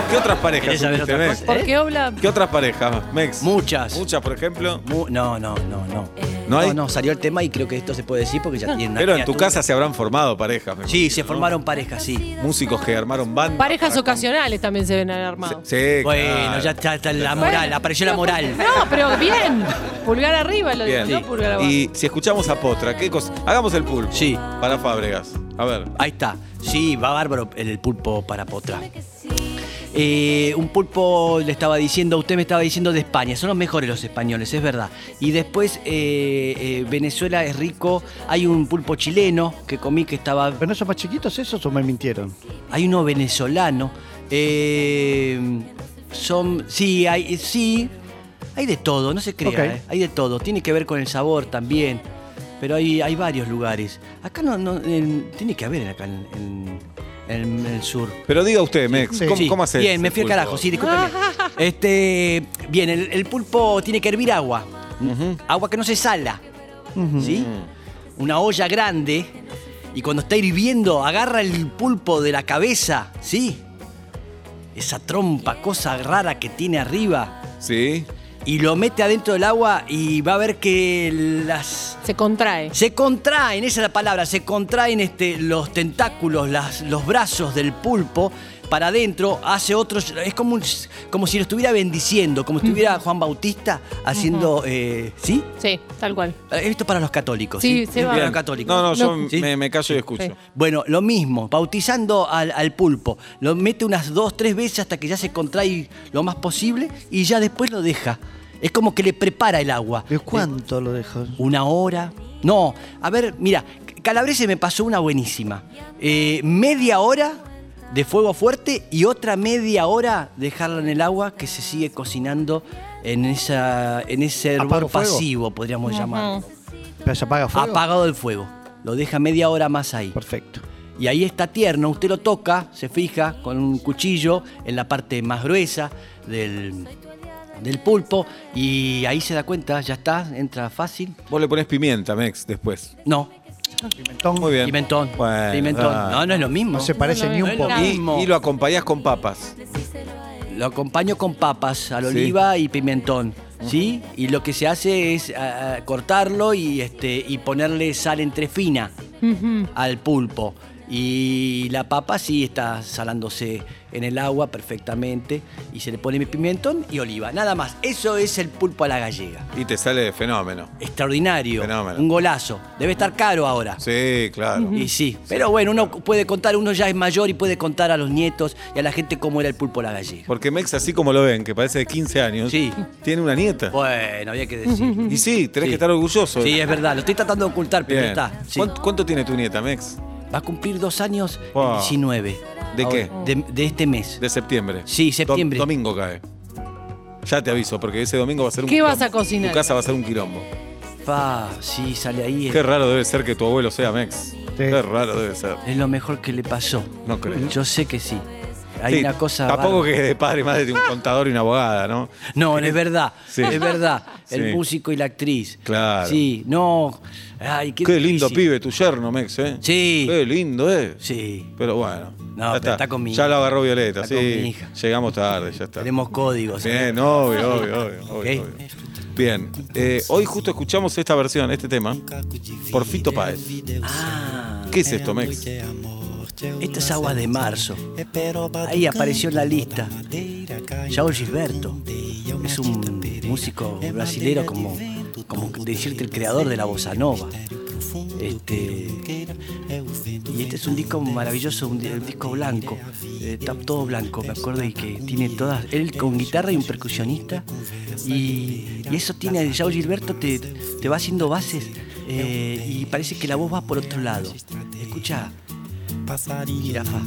Speaker 3: ¿Qué otras parejas
Speaker 11: ¿Querés saber
Speaker 3: supiste,
Speaker 11: otra
Speaker 3: Mex?
Speaker 11: cosa?
Speaker 4: ¿Por qué habla?
Speaker 3: ¿Qué otras parejas, Mex?
Speaker 11: Muchas.
Speaker 3: Muchas, por ejemplo.
Speaker 11: Mu- no, no, no, no.
Speaker 3: ¿No hay?
Speaker 11: no, salió el tema y creo que esto se puede decir porque ya tiene una
Speaker 3: Pero en tu
Speaker 11: criatura.
Speaker 3: casa se habrán formado parejas. me
Speaker 11: Sí,
Speaker 3: imagino,
Speaker 11: se
Speaker 3: ¿no?
Speaker 11: formaron parejas, sí.
Speaker 3: Músicos que armaron bandas.
Speaker 4: Parejas ocasionales también se ven armados.
Speaker 3: Sí,
Speaker 11: Bueno,
Speaker 3: claro.
Speaker 11: ya está, está la moral, apareció la moral.
Speaker 4: No, pero bien. Pulgar arriba lo
Speaker 3: Bien.
Speaker 4: digo, no pulgar abajo.
Speaker 3: Y si escuchamos a Potra, ¿qué cosa? Hagamos el pulpo.
Speaker 11: Sí.
Speaker 3: Para Fábregas. A ver.
Speaker 11: Ahí está. Sí, va bárbaro el, el pulpo para potra. Eh, un pulpo le estaba diciendo, usted me estaba diciendo de España, son los mejores los españoles, es verdad. Y después eh, eh, Venezuela es rico, hay un pulpo chileno que comí que estaba,
Speaker 5: ¿Pero no son más chiquitos esos o me mintieron?
Speaker 11: hay uno venezolano, eh, son, sí, hay, eh, sí, hay de todo, no se crea,
Speaker 5: Ok.
Speaker 11: eh, hay de todo, tiene que ver con el sabor también, pero hay, hay varios lugares. Acá no, no, en- tiene que haber acá en- en- en- en el sur.
Speaker 3: Pero diga usted, Mex,
Speaker 11: Sí.
Speaker 3: ¿cómo,
Speaker 11: Sí.
Speaker 3: cómo haces?
Speaker 11: Bien, me fui al
Speaker 3: el
Speaker 11: carajo, sí, discúlpeme. este, bien, el, el pulpo tiene que hervir agua. Agua que no se sala, ¿sí?
Speaker 3: Mm.
Speaker 11: Una olla grande y cuando está hirviendo agarra el pulpo de la cabeza, ¿sí? Esa trompa, cosa rara que tiene arriba
Speaker 3: Sí.
Speaker 11: y lo mete adentro del agua y va a ver que las
Speaker 4: Se contrae.
Speaker 11: se contraen, esa es la palabra, se contraen este, los tentáculos, las- los brazos del pulpo para adentro, hace otros, es como, un- como si lo estuviera bendiciendo,
Speaker 4: Mm.
Speaker 11: como estuviera Juan Bautista haciendo, eh, ¿sí?
Speaker 4: Sí, tal cual.
Speaker 11: Eh, Esto para los católicos.
Speaker 4: Sí, se va.
Speaker 11: Para los
Speaker 4: Bien.
Speaker 11: católicos.
Speaker 3: No, no, yo
Speaker 11: ¿Sí?
Speaker 3: me, me callo y escucho.
Speaker 4: Sí.
Speaker 11: Bueno, lo mismo, bautizando al, al pulpo. Lo mete unas dos, tres veces hasta que ya se contrae lo más posible y ya después lo deja. Es como que le prepara el agua.
Speaker 5: ¿De cuánto lo dejo?
Speaker 11: Una hora. No, a ver, mira, Calabrese me pasó una buenísima. Eh, media hora de fuego fuerte y otra media hora dejarla en el agua que se sigue cocinando en, esa, en ese
Speaker 5: ¿Apago
Speaker 11: hervor
Speaker 5: fuego?
Speaker 11: pasivo, podríamos llamarlo.
Speaker 5: ¿Pero se apaga fuego?
Speaker 11: Apagado el fuego. Lo deja media hora más ahí.
Speaker 5: Perfecto.
Speaker 11: Y ahí está tierno, usted lo toca, se fija con un cuchillo en la parte más gruesa del, del pulpo y ahí se da cuenta, ya está, entra fácil.
Speaker 3: Vos le pones pimienta, Mex, después.
Speaker 11: No,
Speaker 3: Muy bien.
Speaker 11: pimentón,
Speaker 3: Bueno,
Speaker 11: pimentón.
Speaker 3: ah.
Speaker 11: No, no es lo mismo.
Speaker 5: No se parece ni un
Speaker 11: es lo
Speaker 5: poco.
Speaker 11: mismo.
Speaker 3: Y, y lo acompañás con papas.
Speaker 11: Lo acompaño con papas, al
Speaker 3: Sí.
Speaker 11: oliva y pimentón. ¿Sí? Y lo que se hace es ah, ah, cortarlo y, este, y ponerle sal entre fina al pulpo. Y la papa sí está salándose en el agua perfectamente. Y se le pone mi pimentón y oliva. Nada más. Eso es el pulpo a la gallega.
Speaker 3: Y te sale de fenómeno.
Speaker 11: Extraordinario.
Speaker 3: Fenómeno.
Speaker 11: Un golazo. Debe estar caro ahora.
Speaker 3: Sí, claro.
Speaker 11: Y sí, pero bueno, uno puede contar, uno ya es mayor y puede contar a los nietos y a la gente cómo era el pulpo a la gallega.
Speaker 3: Porque Mex, así como lo ven, que parece de 15 años,
Speaker 11: Sí.
Speaker 3: tiene una nieta.
Speaker 11: Bueno, había que decir.
Speaker 3: Y sí, tenés
Speaker 11: Sí.
Speaker 3: que estar orgulloso.
Speaker 11: Sí, es verdad, lo estoy tratando de ocultar, pero
Speaker 3: Bien.
Speaker 11: está. sí.
Speaker 3: ¿Cuánto, cuánto tiene tu nieta, Mex?
Speaker 11: Va a cumplir dos años
Speaker 3: Wow.
Speaker 11: el 19.
Speaker 3: ¿De
Speaker 11: Ahora,
Speaker 3: qué?
Speaker 11: De, de este mes.
Speaker 3: De septiembre.
Speaker 11: Sí, septiembre.
Speaker 3: Dom- domingo cae. Ya te aviso, porque ese domingo va a ser un
Speaker 4: ¿Qué vas
Speaker 3: quilombo.
Speaker 4: a cocinar?
Speaker 3: Tu casa va a ser un quilombo.
Speaker 11: Pa, sí, sale ahí.
Speaker 3: Qué raro debe ser que tu abuelo sea Mex. Qué raro debe ser.
Speaker 11: Es lo mejor que le pasó.
Speaker 3: No creo.
Speaker 11: Yo sé que sí. Hay
Speaker 3: Sí,
Speaker 11: una cosa.
Speaker 3: Tampoco
Speaker 11: bárbara.
Speaker 3: que de padre y madre
Speaker 11: [LAUGHS]
Speaker 3: de un contador y una abogada, ¿no?
Speaker 11: No, es verdad.
Speaker 3: Sí. [LAUGHS]
Speaker 11: Es verdad. El
Speaker 3: Sí.
Speaker 11: músico y la actriz.
Speaker 3: Claro.
Speaker 11: Sí, no. Ay, qué,
Speaker 3: Qué, lindo
Speaker 11: difícil.
Speaker 3: pibe tu yerno, Mex, ¿eh?
Speaker 11: Sí.
Speaker 3: Qué lindo, ¿eh?
Speaker 11: Sí.
Speaker 3: Pero bueno.
Speaker 11: No, pero está con mi
Speaker 3: Ya
Speaker 11: hija.
Speaker 3: lo agarró Violeta, sí.
Speaker 11: Está con mi hija.
Speaker 3: Llegamos tarde, ya está.
Speaker 11: Tenemos códigos. ¿eh?
Speaker 3: Bien, obvio, obvio, obvio. obvio,
Speaker 11: Ok.
Speaker 3: obvio. Bien, eh, hoy justo escuchamos esta versión, este tema, por Fito Páez.
Speaker 11: Ah,
Speaker 3: ¿Qué es esto, Mex?
Speaker 11: esta es Aguas de Marzo. Ahí apareció en la lista. João Gilberto. Es un músico brasilero como, como decirte el creador de la bossa nova. Este, y este es un disco maravilloso, un, di- un disco blanco. eh, está todo blanco, me acuerdo, y que tiene todas. Él con guitarra y un percusionista. Y, y eso tiene. Yao Gilberto te, te va haciendo bases eh, y parece que la voz va por otro lado. Escucha. Jirafa.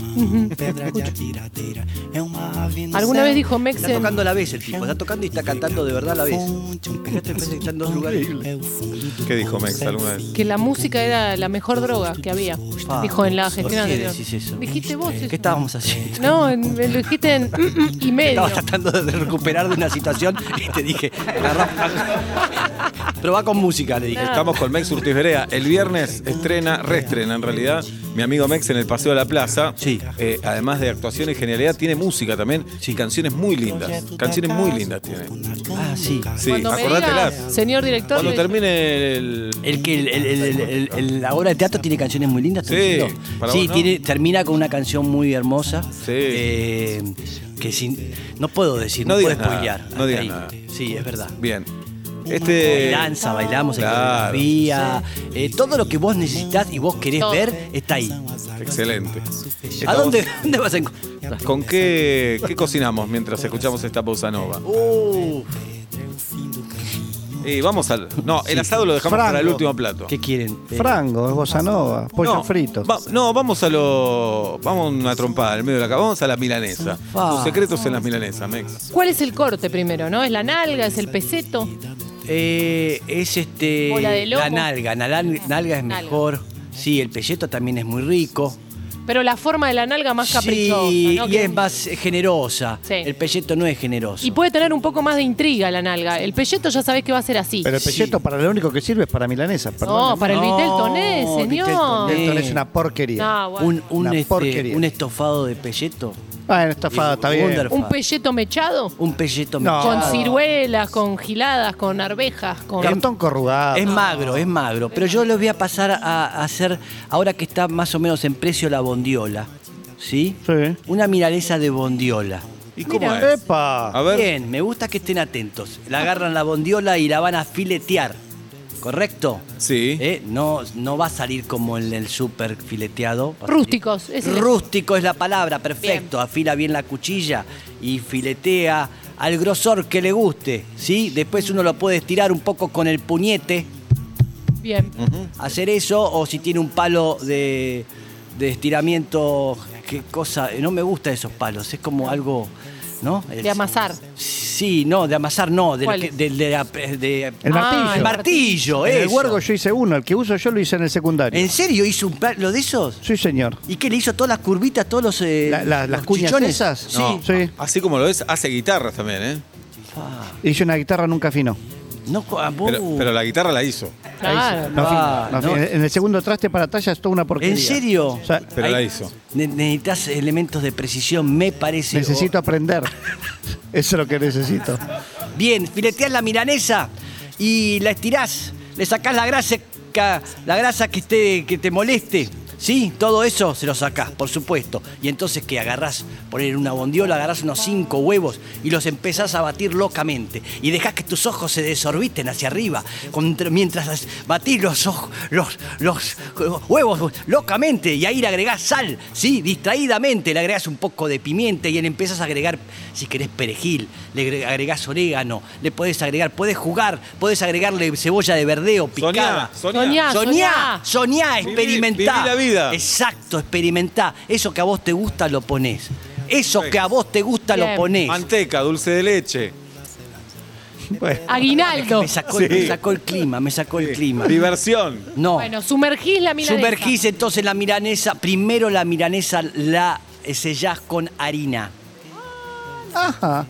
Speaker 4: Alguna vez dijo Mex
Speaker 11: Está
Speaker 4: en-
Speaker 11: tocando a la vez el tipo, está tocando y está cantando de verdad a la vez. Fíjate, parece que está en dos lugares.
Speaker 3: ¿Qué dijo Mex alguna vez?
Speaker 4: que la música era la mejor droga que había.
Speaker 11: Ah,
Speaker 4: dijo en la
Speaker 11: ¿por
Speaker 4: gestión
Speaker 11: qué
Speaker 4: anterior.
Speaker 11: decís eso?
Speaker 4: Dijiste vos eso.
Speaker 11: ¿Qué estábamos haciendo?
Speaker 4: No, en- me lo dijiste en mm, y medio.
Speaker 11: [LAUGHS] Estaba tratando de recuperar de una situación y te dije, agarrá.
Speaker 4: [LAUGHS]
Speaker 11: Pero va con música, le dije.
Speaker 3: Estamos con Mex Urtiz Berea. El viernes estrena, reestrena en realidad, mi amigo Mex en el Paseo de la Plaza. Sí. además de actuación y genialidad, tiene música también. Sí. Canciones muy lindas. Canciones muy lindas tiene.
Speaker 11: Ah, sí.
Speaker 3: Sí,
Speaker 4: Cuando me
Speaker 3: acordatelas.
Speaker 4: digas, señor director,
Speaker 3: Cuando
Speaker 4: le-
Speaker 3: termine el.
Speaker 11: El que el- el- el- el- el- la obra de teatro tiene canciones muy lindas. ¿estás
Speaker 3: Sí,
Speaker 11: diciendo?
Speaker 3: para
Speaker 11: Sí,
Speaker 3: vos, ¿no?
Speaker 11: tiene- termina con una canción muy hermosa. eh, que sin, no puedo decir, no,
Speaker 3: No
Speaker 11: puedo
Speaker 3: digas nada,
Speaker 11: spoilear.
Speaker 3: no digas
Speaker 11: Ahí.
Speaker 3: nada.
Speaker 11: Sí, es verdad.
Speaker 3: Bien. Este.
Speaker 11: Danza, bailamos, hay
Speaker 3: Claro.
Speaker 11: coreografía, eh, todo lo que vos necesitas y vos querés
Speaker 4: Todo.
Speaker 11: ver está ahí.
Speaker 3: Excelente.
Speaker 11: ¿A
Speaker 3: Estamos-
Speaker 11: dónde, dónde vas a encontrar?
Speaker 3: ¿Con qué, qué cocinamos mientras escuchamos esta bossa nova?
Speaker 11: Uh,
Speaker 3: Eh, vamos al. No, el asado lo dejamos
Speaker 5: Frango.
Speaker 3: para el último plato.
Speaker 11: ¿Qué quieren? Eh,
Speaker 5: Frango, es bossa nova, pollo
Speaker 3: No,
Speaker 5: frito.
Speaker 3: va- no, vamos a lo. Vamos a una trompada en el medio de la cama. Vamos a la milanesa.
Speaker 11: Ah.
Speaker 3: Sus secretos en las milanesas, Mex.
Speaker 4: ¿cuál es el corte primero? ¿No? ¿Es la nalga? ¿Es el peseto?
Speaker 11: Eh, es este.
Speaker 4: O la de lomo.
Speaker 11: nalga. La lan- nalga es
Speaker 4: Nalga.
Speaker 11: mejor. Sí, el pelleto también es muy rico.
Speaker 4: Pero la forma de la nalga más caprichosa.
Speaker 11: Sí,
Speaker 4: ¿no?
Speaker 11: y
Speaker 4: Que-
Speaker 11: es más eh, generosa.
Speaker 4: Sí.
Speaker 11: El pelleto no es generoso.
Speaker 4: y puede tener un poco más de intriga la nalga. El pelleto ya sabés que va a ser así.
Speaker 5: Pero el
Speaker 11: Sí.
Speaker 5: pelleto para lo único que sirve es para milanesas,
Speaker 4: no,
Speaker 5: perdón.
Speaker 4: para el
Speaker 11: No,
Speaker 4: vitel toné,
Speaker 11: vitel
Speaker 4: señor.
Speaker 11: toné.
Speaker 5: Esto es una porquería.
Speaker 4: No, bueno.
Speaker 11: un, un,
Speaker 5: Una
Speaker 11: este,
Speaker 5: porquería.
Speaker 11: un estofado de pelleto.
Speaker 5: Bueno, estafada, está bien.
Speaker 11: Wonderful.
Speaker 4: un pelleto mechado.
Speaker 11: Un pelleto
Speaker 5: No.
Speaker 11: mechado.
Speaker 4: Con ciruelas, con giladas, con arvejas, con.
Speaker 5: Cartón corrugado.
Speaker 11: Es magro, es magro. Pero yo lo voy a pasar a a hacer, ahora que está más o menos en precio la bondiola. ¿Sí?
Speaker 5: Sí.
Speaker 11: Una milanesa de bondiola.
Speaker 3: ¿Y cómo
Speaker 5: Mira,
Speaker 3: es?
Speaker 5: epa.
Speaker 3: A ver.
Speaker 11: Ah. Bien, me gusta que estén atentos. La agarran la bondiola y la van a filetear. ¿Correcto?
Speaker 3: Sí.
Speaker 11: ¿Eh? No, no va a salir como en el súper fileteado.
Speaker 4: Rústicos, es el-
Speaker 11: Rústico es la palabra, perfecto. Afila bien la cuchilla y filetea al grosor que le guste. ¿sí? Después uno lo puede estirar un poco con el puñete,
Speaker 4: Bien.
Speaker 11: hacer eso, o si tiene un palo de, de estiramiento, qué cosa. eh, No me gusta esos palos, es como algo. ¿No?
Speaker 4: De amasar.
Speaker 11: Sí, no, de amasar no, de,
Speaker 4: ¿Cuál
Speaker 11: que-
Speaker 4: es?
Speaker 11: de- de la- de-
Speaker 5: El
Speaker 4: Ah,
Speaker 5: martillo.
Speaker 11: el martillo,
Speaker 5: En el
Speaker 11: eso.
Speaker 5: huergo yo hice uno, el que uso yo lo hice en el secundario.
Speaker 11: ¿En serio hizo un palo de esos?
Speaker 5: Sí, señor.
Speaker 11: ¿Y qué le hizo todas las curvitas, todos los, eh,
Speaker 5: La- la-
Speaker 11: los
Speaker 5: las cuñas
Speaker 11: chichones?
Speaker 5: esas.
Speaker 11: Sí.
Speaker 3: No,
Speaker 5: Sí.
Speaker 3: Así como lo es, hace guitarras también, ¿eh?
Speaker 5: Hice una guitarra nunca fino.
Speaker 11: No, ah, vos-
Speaker 3: Pero, pero la guitarra la hizo.
Speaker 4: Claro.
Speaker 5: No
Speaker 11: Ah,
Speaker 5: fino, no eh,
Speaker 11: no.
Speaker 5: fino. En el segundo traste para talla es toda una porquería.
Speaker 11: ¿En serio?
Speaker 5: O sea,
Speaker 3: Pero la
Speaker 11: Ahí-
Speaker 3: hizo.
Speaker 11: Ne- necesitas elementos de precisión, me parece.
Speaker 5: necesito [LAUGHS] aprender. Eso es lo que necesito.
Speaker 11: O- Bien, fileteás la milanesa y la estirás, le sacás la grasa, ca- la grasa que, esté, que te moleste. ¿Sí? Todo eso se lo sacás, por supuesto. Y entonces que agarrás, poner una bondiola, agarrás unos cinco huevos y los empezás a batir locamente. Y dejás que tus ojos se desorbiten hacia arriba. contra- mientras as- batís los ojos, los, los eh, huevos locamente. Y ahí le agregás sal, ¿sí? Distraídamente. Le agregás un poco de pimienta y le empezás a agregar, si querés, perejil. Le agre- agregás orégano. Le podés agregar, podés jugar, podés agregarle cebolla de verdeo picada.
Speaker 3: Sonia, Sonia.
Speaker 4: Sonia.
Speaker 11: Soñá,
Speaker 4: soñá.
Speaker 11: soñá,
Speaker 3: Viví-
Speaker 11: experimentá.
Speaker 3: viví la vida.
Speaker 11: Exacto, experimentá. Eso que a vos te gusta lo ponés. Eso que a vos te gusta lo
Speaker 4: Bien.
Speaker 11: ponés.
Speaker 3: Manteca, dulce de leche.
Speaker 5: Bueno,
Speaker 4: Aguinaldo.
Speaker 11: Me sacó, el-
Speaker 3: Sí.
Speaker 11: me sacó el clima, me sacó el clima.
Speaker 3: Diversión.
Speaker 11: No.
Speaker 4: Bueno, sumergís la milanesa.
Speaker 11: Sumergís entonces la milanesa. Primero la milanesa la eh, sellás con harina.
Speaker 5: ajá.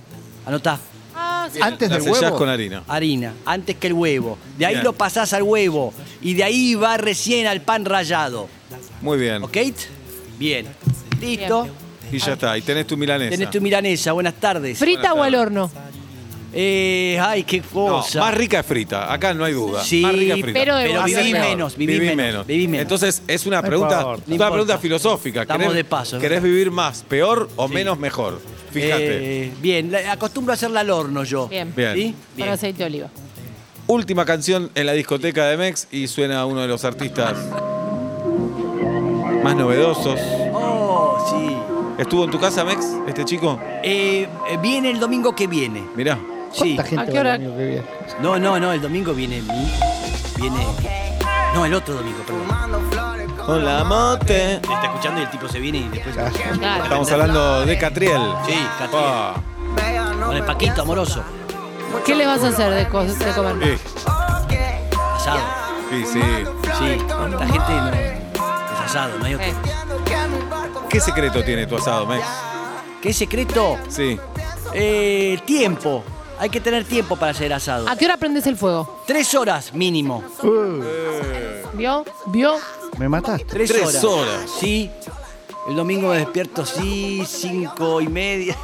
Speaker 11: Anotá.
Speaker 4: Ah, sí.
Speaker 5: Antes
Speaker 3: La
Speaker 5: del
Speaker 3: sellás
Speaker 5: Este huevo.
Speaker 3: con harina.
Speaker 11: Harina, antes que el huevo. De ahí
Speaker 3: Bien.
Speaker 11: lo pasás al huevo. Y de ahí va recién al pan rallado.
Speaker 3: Muy bien.
Speaker 11: ¿Ok? Bien. Listo.
Speaker 4: Bien.
Speaker 3: Y ya está. Y tenés tu milanesa.
Speaker 11: Tenés tu milanesa. Buenas tardes.
Speaker 4: ¿Frita o al horno?
Speaker 11: Eh, ay, qué
Speaker 3: No,
Speaker 11: cosa.
Speaker 3: más rica es frita, acá no hay duda.
Speaker 11: Sí,
Speaker 3: más rica es frita.
Speaker 4: pero de
Speaker 11: pero
Speaker 4: va a
Speaker 11: viví
Speaker 4: ser peor.
Speaker 11: menos, viví, menos, viví menos.
Speaker 3: Entonces, es una
Speaker 5: No
Speaker 3: pregunta,
Speaker 5: importa.
Speaker 3: es
Speaker 11: No
Speaker 3: una
Speaker 11: importa.
Speaker 3: pregunta filosófica.
Speaker 11: Estamos de paso, es
Speaker 3: ¿Querés
Speaker 11: verdad.
Speaker 3: vivir más, peor o menos mejor? Fíjate.
Speaker 11: Eh, bien, la- acostumbro a hacerla al horno yo.
Speaker 4: Bien.
Speaker 3: Bien.
Speaker 11: ¿Sí?
Speaker 4: Con aceite de oliva.
Speaker 3: Última canción en la discoteca de Mex y suena uno de los artistas más novedosos.
Speaker 11: Oh, sí.
Speaker 3: ¿Estuvo en tu casa, Mex, este chico?
Speaker 11: Eh, eh, viene el domingo que viene.
Speaker 3: Mirá.
Speaker 11: Sí.
Speaker 5: ¿Cuánta gente
Speaker 4: ¿A qué
Speaker 5: va
Speaker 4: hora?
Speaker 5: el domingo que viene?
Speaker 11: No, no, no, el domingo viene mi. Viene.
Speaker 4: Ah,
Speaker 11: No, el otro domingo, perdón.
Speaker 3: Hola, mote.
Speaker 11: Está escuchando y el tipo se viene y después.
Speaker 4: Claro.
Speaker 3: Estamos hablando de Catriel.
Speaker 11: Sí, Catriel.
Speaker 3: Ah,
Speaker 11: Con el Paquito amoroso.
Speaker 4: ¿Qué le vas a hacer de, co- de comer?
Speaker 3: sí,
Speaker 11: Asado.
Speaker 3: sí, sí.
Speaker 11: Sí. La gente no- es asado, no hay otro.
Speaker 4: Eh,
Speaker 3: ¿Qué secreto tiene tu asado, Mex?
Speaker 11: ¿Qué secreto?
Speaker 3: Sí.
Speaker 11: Eh, tiempo. Hay que tener tiempo para hacer asado.
Speaker 4: ¿A qué hora prendes el fuego?
Speaker 11: Tres horas mínimo.
Speaker 4: ¿Vio? ¿Vio?
Speaker 5: Me mataste.
Speaker 11: Tres,
Speaker 3: Tres
Speaker 11: horas.
Speaker 3: horas.
Speaker 11: Sí. El domingo me despierto, sí, cinco y media.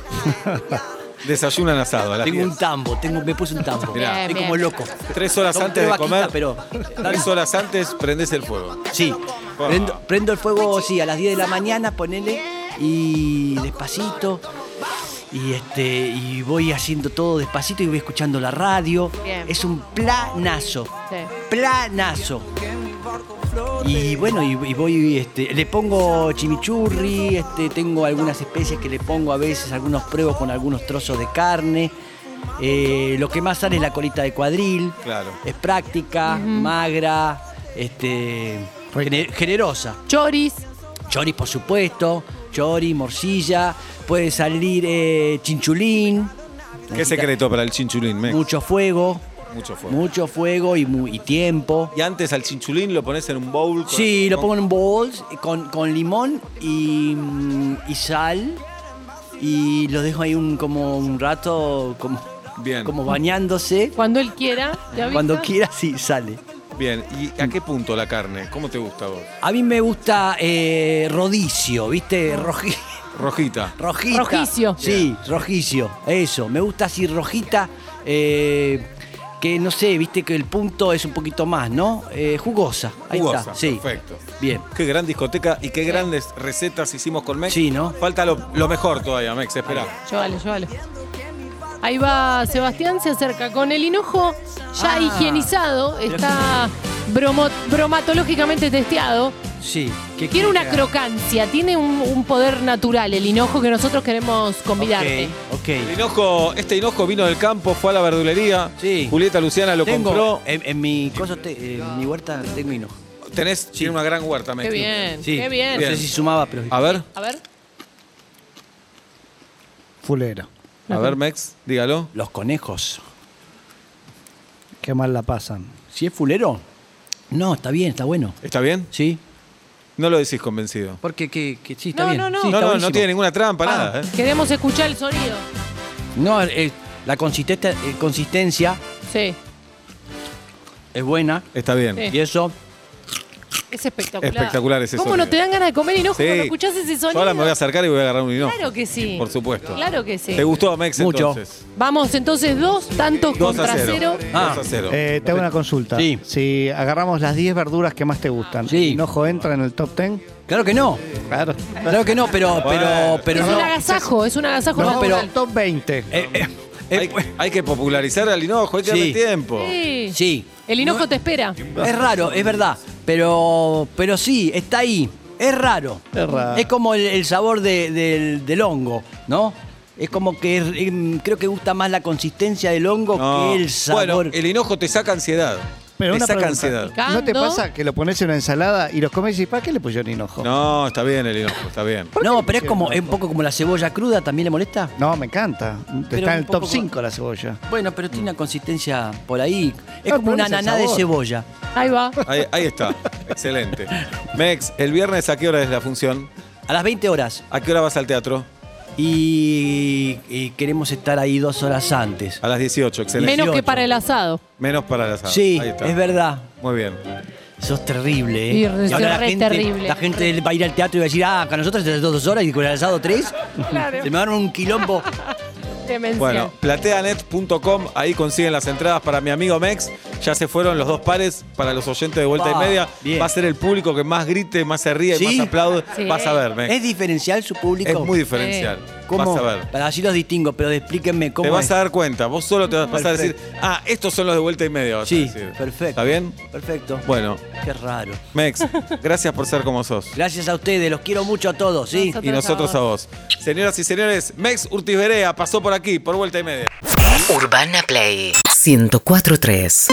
Speaker 3: Desayunan asado a las
Speaker 11: Tengo
Speaker 3: 10.
Speaker 11: un tambo, tengo, me puse un tambo.
Speaker 3: Mirá.
Speaker 11: Estoy
Speaker 4: Bien,
Speaker 11: como
Speaker 4: bien.
Speaker 11: loco.
Speaker 3: Tres horas
Speaker 11: Son
Speaker 3: antes de
Speaker 11: tres
Speaker 3: comer.
Speaker 11: vaquitas,
Speaker 3: [LAUGHS]
Speaker 11: pero-
Speaker 3: Tres horas antes prendés el fuego.
Speaker 11: Sí.
Speaker 3: Ah.
Speaker 11: Prendo, prendo el fuego, sí, a las 10 de la mañana, ponele, y despacito. Y este, y voy haciendo todo despacito y voy escuchando la radio.
Speaker 4: Bien.
Speaker 11: Es un planazo.
Speaker 4: Sí.
Speaker 11: Planazo. Y bueno, y, y voy, este, le pongo chimichurri, este, tengo algunas especies que le pongo a veces, algunos pruebos con algunos trozos de carne. Eh, lo que más sale es la colita de cuadril.
Speaker 3: Claro.
Speaker 11: Es práctica, magra, este, gene- generosa.
Speaker 4: Choris.
Speaker 11: Chori, por supuesto, chori, morcilla, puede salir eh, chinchulín.
Speaker 3: ¿Qué secreto para el chinchulín, Mex?
Speaker 11: Mucho fuego,
Speaker 3: Mucho fuego.
Speaker 11: mucho fuego y, mu- y tiempo.
Speaker 3: Y antes al chinchulín lo pones en un bowl. con-
Speaker 11: Sí, lo
Speaker 3: con-
Speaker 11: pongo en bowls eh, con, con limón y, mm, y sal y lo dejo ahí un, como un rato como,
Speaker 3: Bien.
Speaker 11: como bañándose.
Speaker 4: Cuando él quiera. ¿te avisa?
Speaker 11: Cuando quiera, sí, sale.
Speaker 3: Bien. ¿Y a qué punto la carne? ¿Cómo te gusta a vos?
Speaker 11: A mí me gusta eh, rodicio, ¿viste? Roji- [LAUGHS]
Speaker 3: Rojita.
Speaker 11: rojita.
Speaker 4: Rojicio.
Speaker 11: Sí, rojicio. Eso, me gusta así rojita. eh, que no sé, viste que el punto es un poquito más, ¿no? Eh, jugosa. Ahí
Speaker 3: Jugosa,
Speaker 11: está. Sí.
Speaker 3: perfecto.
Speaker 11: Bien.
Speaker 3: Qué gran discoteca y qué grandes recetas hicimos con Mex.
Speaker 11: Sí, ¿no?
Speaker 3: Falta lo, lo mejor todavía, Mex. Espera.
Speaker 4: Llévalo, llévalo. Ahí va Sebastián, se acerca con el hinojo ya
Speaker 11: Ah.
Speaker 4: higienizado, está bromo- bromatológicamente testeado.
Speaker 11: Sí. ¿qué
Speaker 4: Tiene
Speaker 11: quiere
Speaker 4: una
Speaker 11: que haga?
Speaker 4: crocancia, tiene un, un poder natural el hinojo que nosotros queremos convidarte.
Speaker 11: Ok, ok.
Speaker 3: El hinojo, este hinojo vino del campo, fue a la verdulería.
Speaker 11: Sí.
Speaker 3: Julieta Luciana lo
Speaker 11: Tengo-
Speaker 3: compró.
Speaker 11: En, en mi cosa, te- en mi huerta tengo hinojo.
Speaker 3: Tenés, tiene una gran huerta, Mex.
Speaker 4: Qué bien,
Speaker 11: Sí.
Speaker 4: qué bien.
Speaker 11: No sé si sumaba, pero.
Speaker 3: A ver,
Speaker 4: A ver,
Speaker 5: Fulero.
Speaker 3: a ver, Mex, dígalo.
Speaker 11: Los conejos.
Speaker 5: Qué mal la pasan.
Speaker 11: ¿Si es fulero? No, está bien, está bueno.
Speaker 3: ¿Está bien?
Speaker 11: Sí.
Speaker 3: No lo decís convencido.
Speaker 11: Porque que, que- sí, está
Speaker 4: No,
Speaker 11: bien.
Speaker 4: no, no.
Speaker 3: No,
Speaker 11: Sí,
Speaker 3: no,
Speaker 11: está
Speaker 3: no
Speaker 11: buenísimo.
Speaker 3: tiene ninguna trampa,
Speaker 4: Ah,
Speaker 3: nada. ¿eh?
Speaker 4: queremos escuchar el sonido.
Speaker 11: No, eh, la consistente- eh, consistencia
Speaker 4: Sí,
Speaker 11: es buena.
Speaker 3: Está bien.
Speaker 4: Sí.
Speaker 11: Y eso,
Speaker 4: es espectacular.
Speaker 3: Espectacular ese
Speaker 4: ¿Cómo
Speaker 3: sonido.
Speaker 4: no te dan ganas de comer hinojo
Speaker 3: Sí.
Speaker 4: cuando escuchás ese
Speaker 3: Yo
Speaker 4: sonido?
Speaker 3: ahora me voy a acercar y voy a agarrar un hinojo.
Speaker 4: Claro que sí.
Speaker 3: Por supuesto.
Speaker 4: Claro que sí.
Speaker 3: ¿Te gustó, Mex,
Speaker 11: Mucho.
Speaker 3: entonces?
Speaker 4: Vamos, entonces dos tantos
Speaker 3: 2 a
Speaker 4: contra
Speaker 3: 0.
Speaker 4: cero.
Speaker 3: 2
Speaker 11: Ah.
Speaker 3: a 0.
Speaker 5: Eh, te hago una consulta.
Speaker 11: Sí.
Speaker 5: Si agarramos las 10 verduras que más te gustan,
Speaker 11: Sí.
Speaker 5: ¿Hinojo entra en el top 10?
Speaker 11: claro que no.
Speaker 5: Claro.
Speaker 11: Claro que no, pero, pero, pero
Speaker 4: Es
Speaker 11: no.
Speaker 4: un agasajo, es un agasajo.
Speaker 5: No, pero
Speaker 4: laboral.
Speaker 5: top 20.
Speaker 11: Eh, eh, eh,
Speaker 3: hay, hay que popularizar al hinojo, hay que
Speaker 11: Sí.
Speaker 3: darle tiempo.
Speaker 4: Sí.
Speaker 11: sí.
Speaker 4: El hinojo te espera.
Speaker 11: Es raro, es verdad. Pero, pero sí, está ahí. Es raro.
Speaker 5: Es raro.
Speaker 11: Es como el, el sabor de- del, del hongo, ¿no? Es como que es- em, creo que gusta más la consistencia del
Speaker 3: No.
Speaker 11: hongo que Oh, el sabor.
Speaker 3: Bueno, el hinojo te saca ansiedad.
Speaker 5: Pero
Speaker 3: te
Speaker 5: una
Speaker 3: saca
Speaker 5: pregunta.
Speaker 3: ansiedad.
Speaker 5: ¿No te
Speaker 4: Picando.
Speaker 5: pasa que lo pones en una ensalada y los comes y ¿para qué le pusieron hinojo?
Speaker 3: No, está bien el hinojo, está bien.
Speaker 11: no, pero es como es un poco como la cebolla cruda, ¿también le molesta?
Speaker 5: No, me encanta.
Speaker 11: Pero
Speaker 5: Está en
Speaker 11: un
Speaker 5: el top
Speaker 11: poco-
Speaker 5: 5 la cebolla.
Speaker 11: Bueno, pero tiene una consistencia por ahí. Es
Speaker 5: Ah,
Speaker 11: como
Speaker 5: pero
Speaker 11: una
Speaker 5: es el
Speaker 11: naná de
Speaker 5: sabor.
Speaker 11: cebolla.
Speaker 4: Ahí va.
Speaker 3: Ahí, ahí está, excelente. Mex, el viernes a qué hora es la función?
Speaker 11: A las 20 horas.
Speaker 3: ¿A qué hora vas al teatro?
Speaker 11: Y, y queremos estar ahí dos horas antes.
Speaker 3: A las 18, excelente.
Speaker 4: Menos que
Speaker 11: 18.
Speaker 4: para el asado.
Speaker 3: Menos para las asado.
Speaker 11: Sí,
Speaker 3: Ahí está.
Speaker 11: es verdad.
Speaker 3: Muy bien.
Speaker 11: Sos terrible, ¿eh?
Speaker 4: Y re-
Speaker 11: ahora
Speaker 4: re
Speaker 11: gente,
Speaker 4: terrible.
Speaker 11: La gente va a ir al teatro y va a decir, ah, con nosotros te dos, dos horas y con el asado tres.
Speaker 4: Claro.
Speaker 11: Se me dieron un quilombo.
Speaker 4: Demencial.
Speaker 3: Bueno, plateanet.com, ahí consiguen las entradas para mi amigo Mex, Ya se fueron los dos pares para los oyentes de vuelta
Speaker 11: Pa,
Speaker 3: y media.
Speaker 11: Ah, bien.
Speaker 3: Va a ser el público que más grite, más se ría y
Speaker 11: ¿Sí? Ah,
Speaker 3: más aplaude.
Speaker 11: Sí.
Speaker 3: Vas a ver, Mex.
Speaker 11: ¿Es diferencial su público?
Speaker 3: Es muy diferencial.
Speaker 11: ¿Cómo?
Speaker 3: Vas a ver.
Speaker 11: Para así los distingo, pero explíquenme cómo
Speaker 3: Te vas
Speaker 11: es.
Speaker 3: a dar cuenta, vos solo te vas a decir, ah, estos son los de vuelta y media. vas a
Speaker 11: Sí,
Speaker 3: decir.
Speaker 11: perfecto.
Speaker 3: ¿Está bien?
Speaker 11: Perfecto.
Speaker 3: Bueno,
Speaker 11: Qué raro. [LAUGHS]
Speaker 3: Mex, gracias por ser como sos.
Speaker 11: Gracias a ustedes, los quiero mucho a todos, ¿sí?
Speaker 3: y nosotros a vos. Señoras y señores, Mex Urtiz Berea pasó por aquí, por vuelta y media.
Speaker 2: Urbana Play 104.3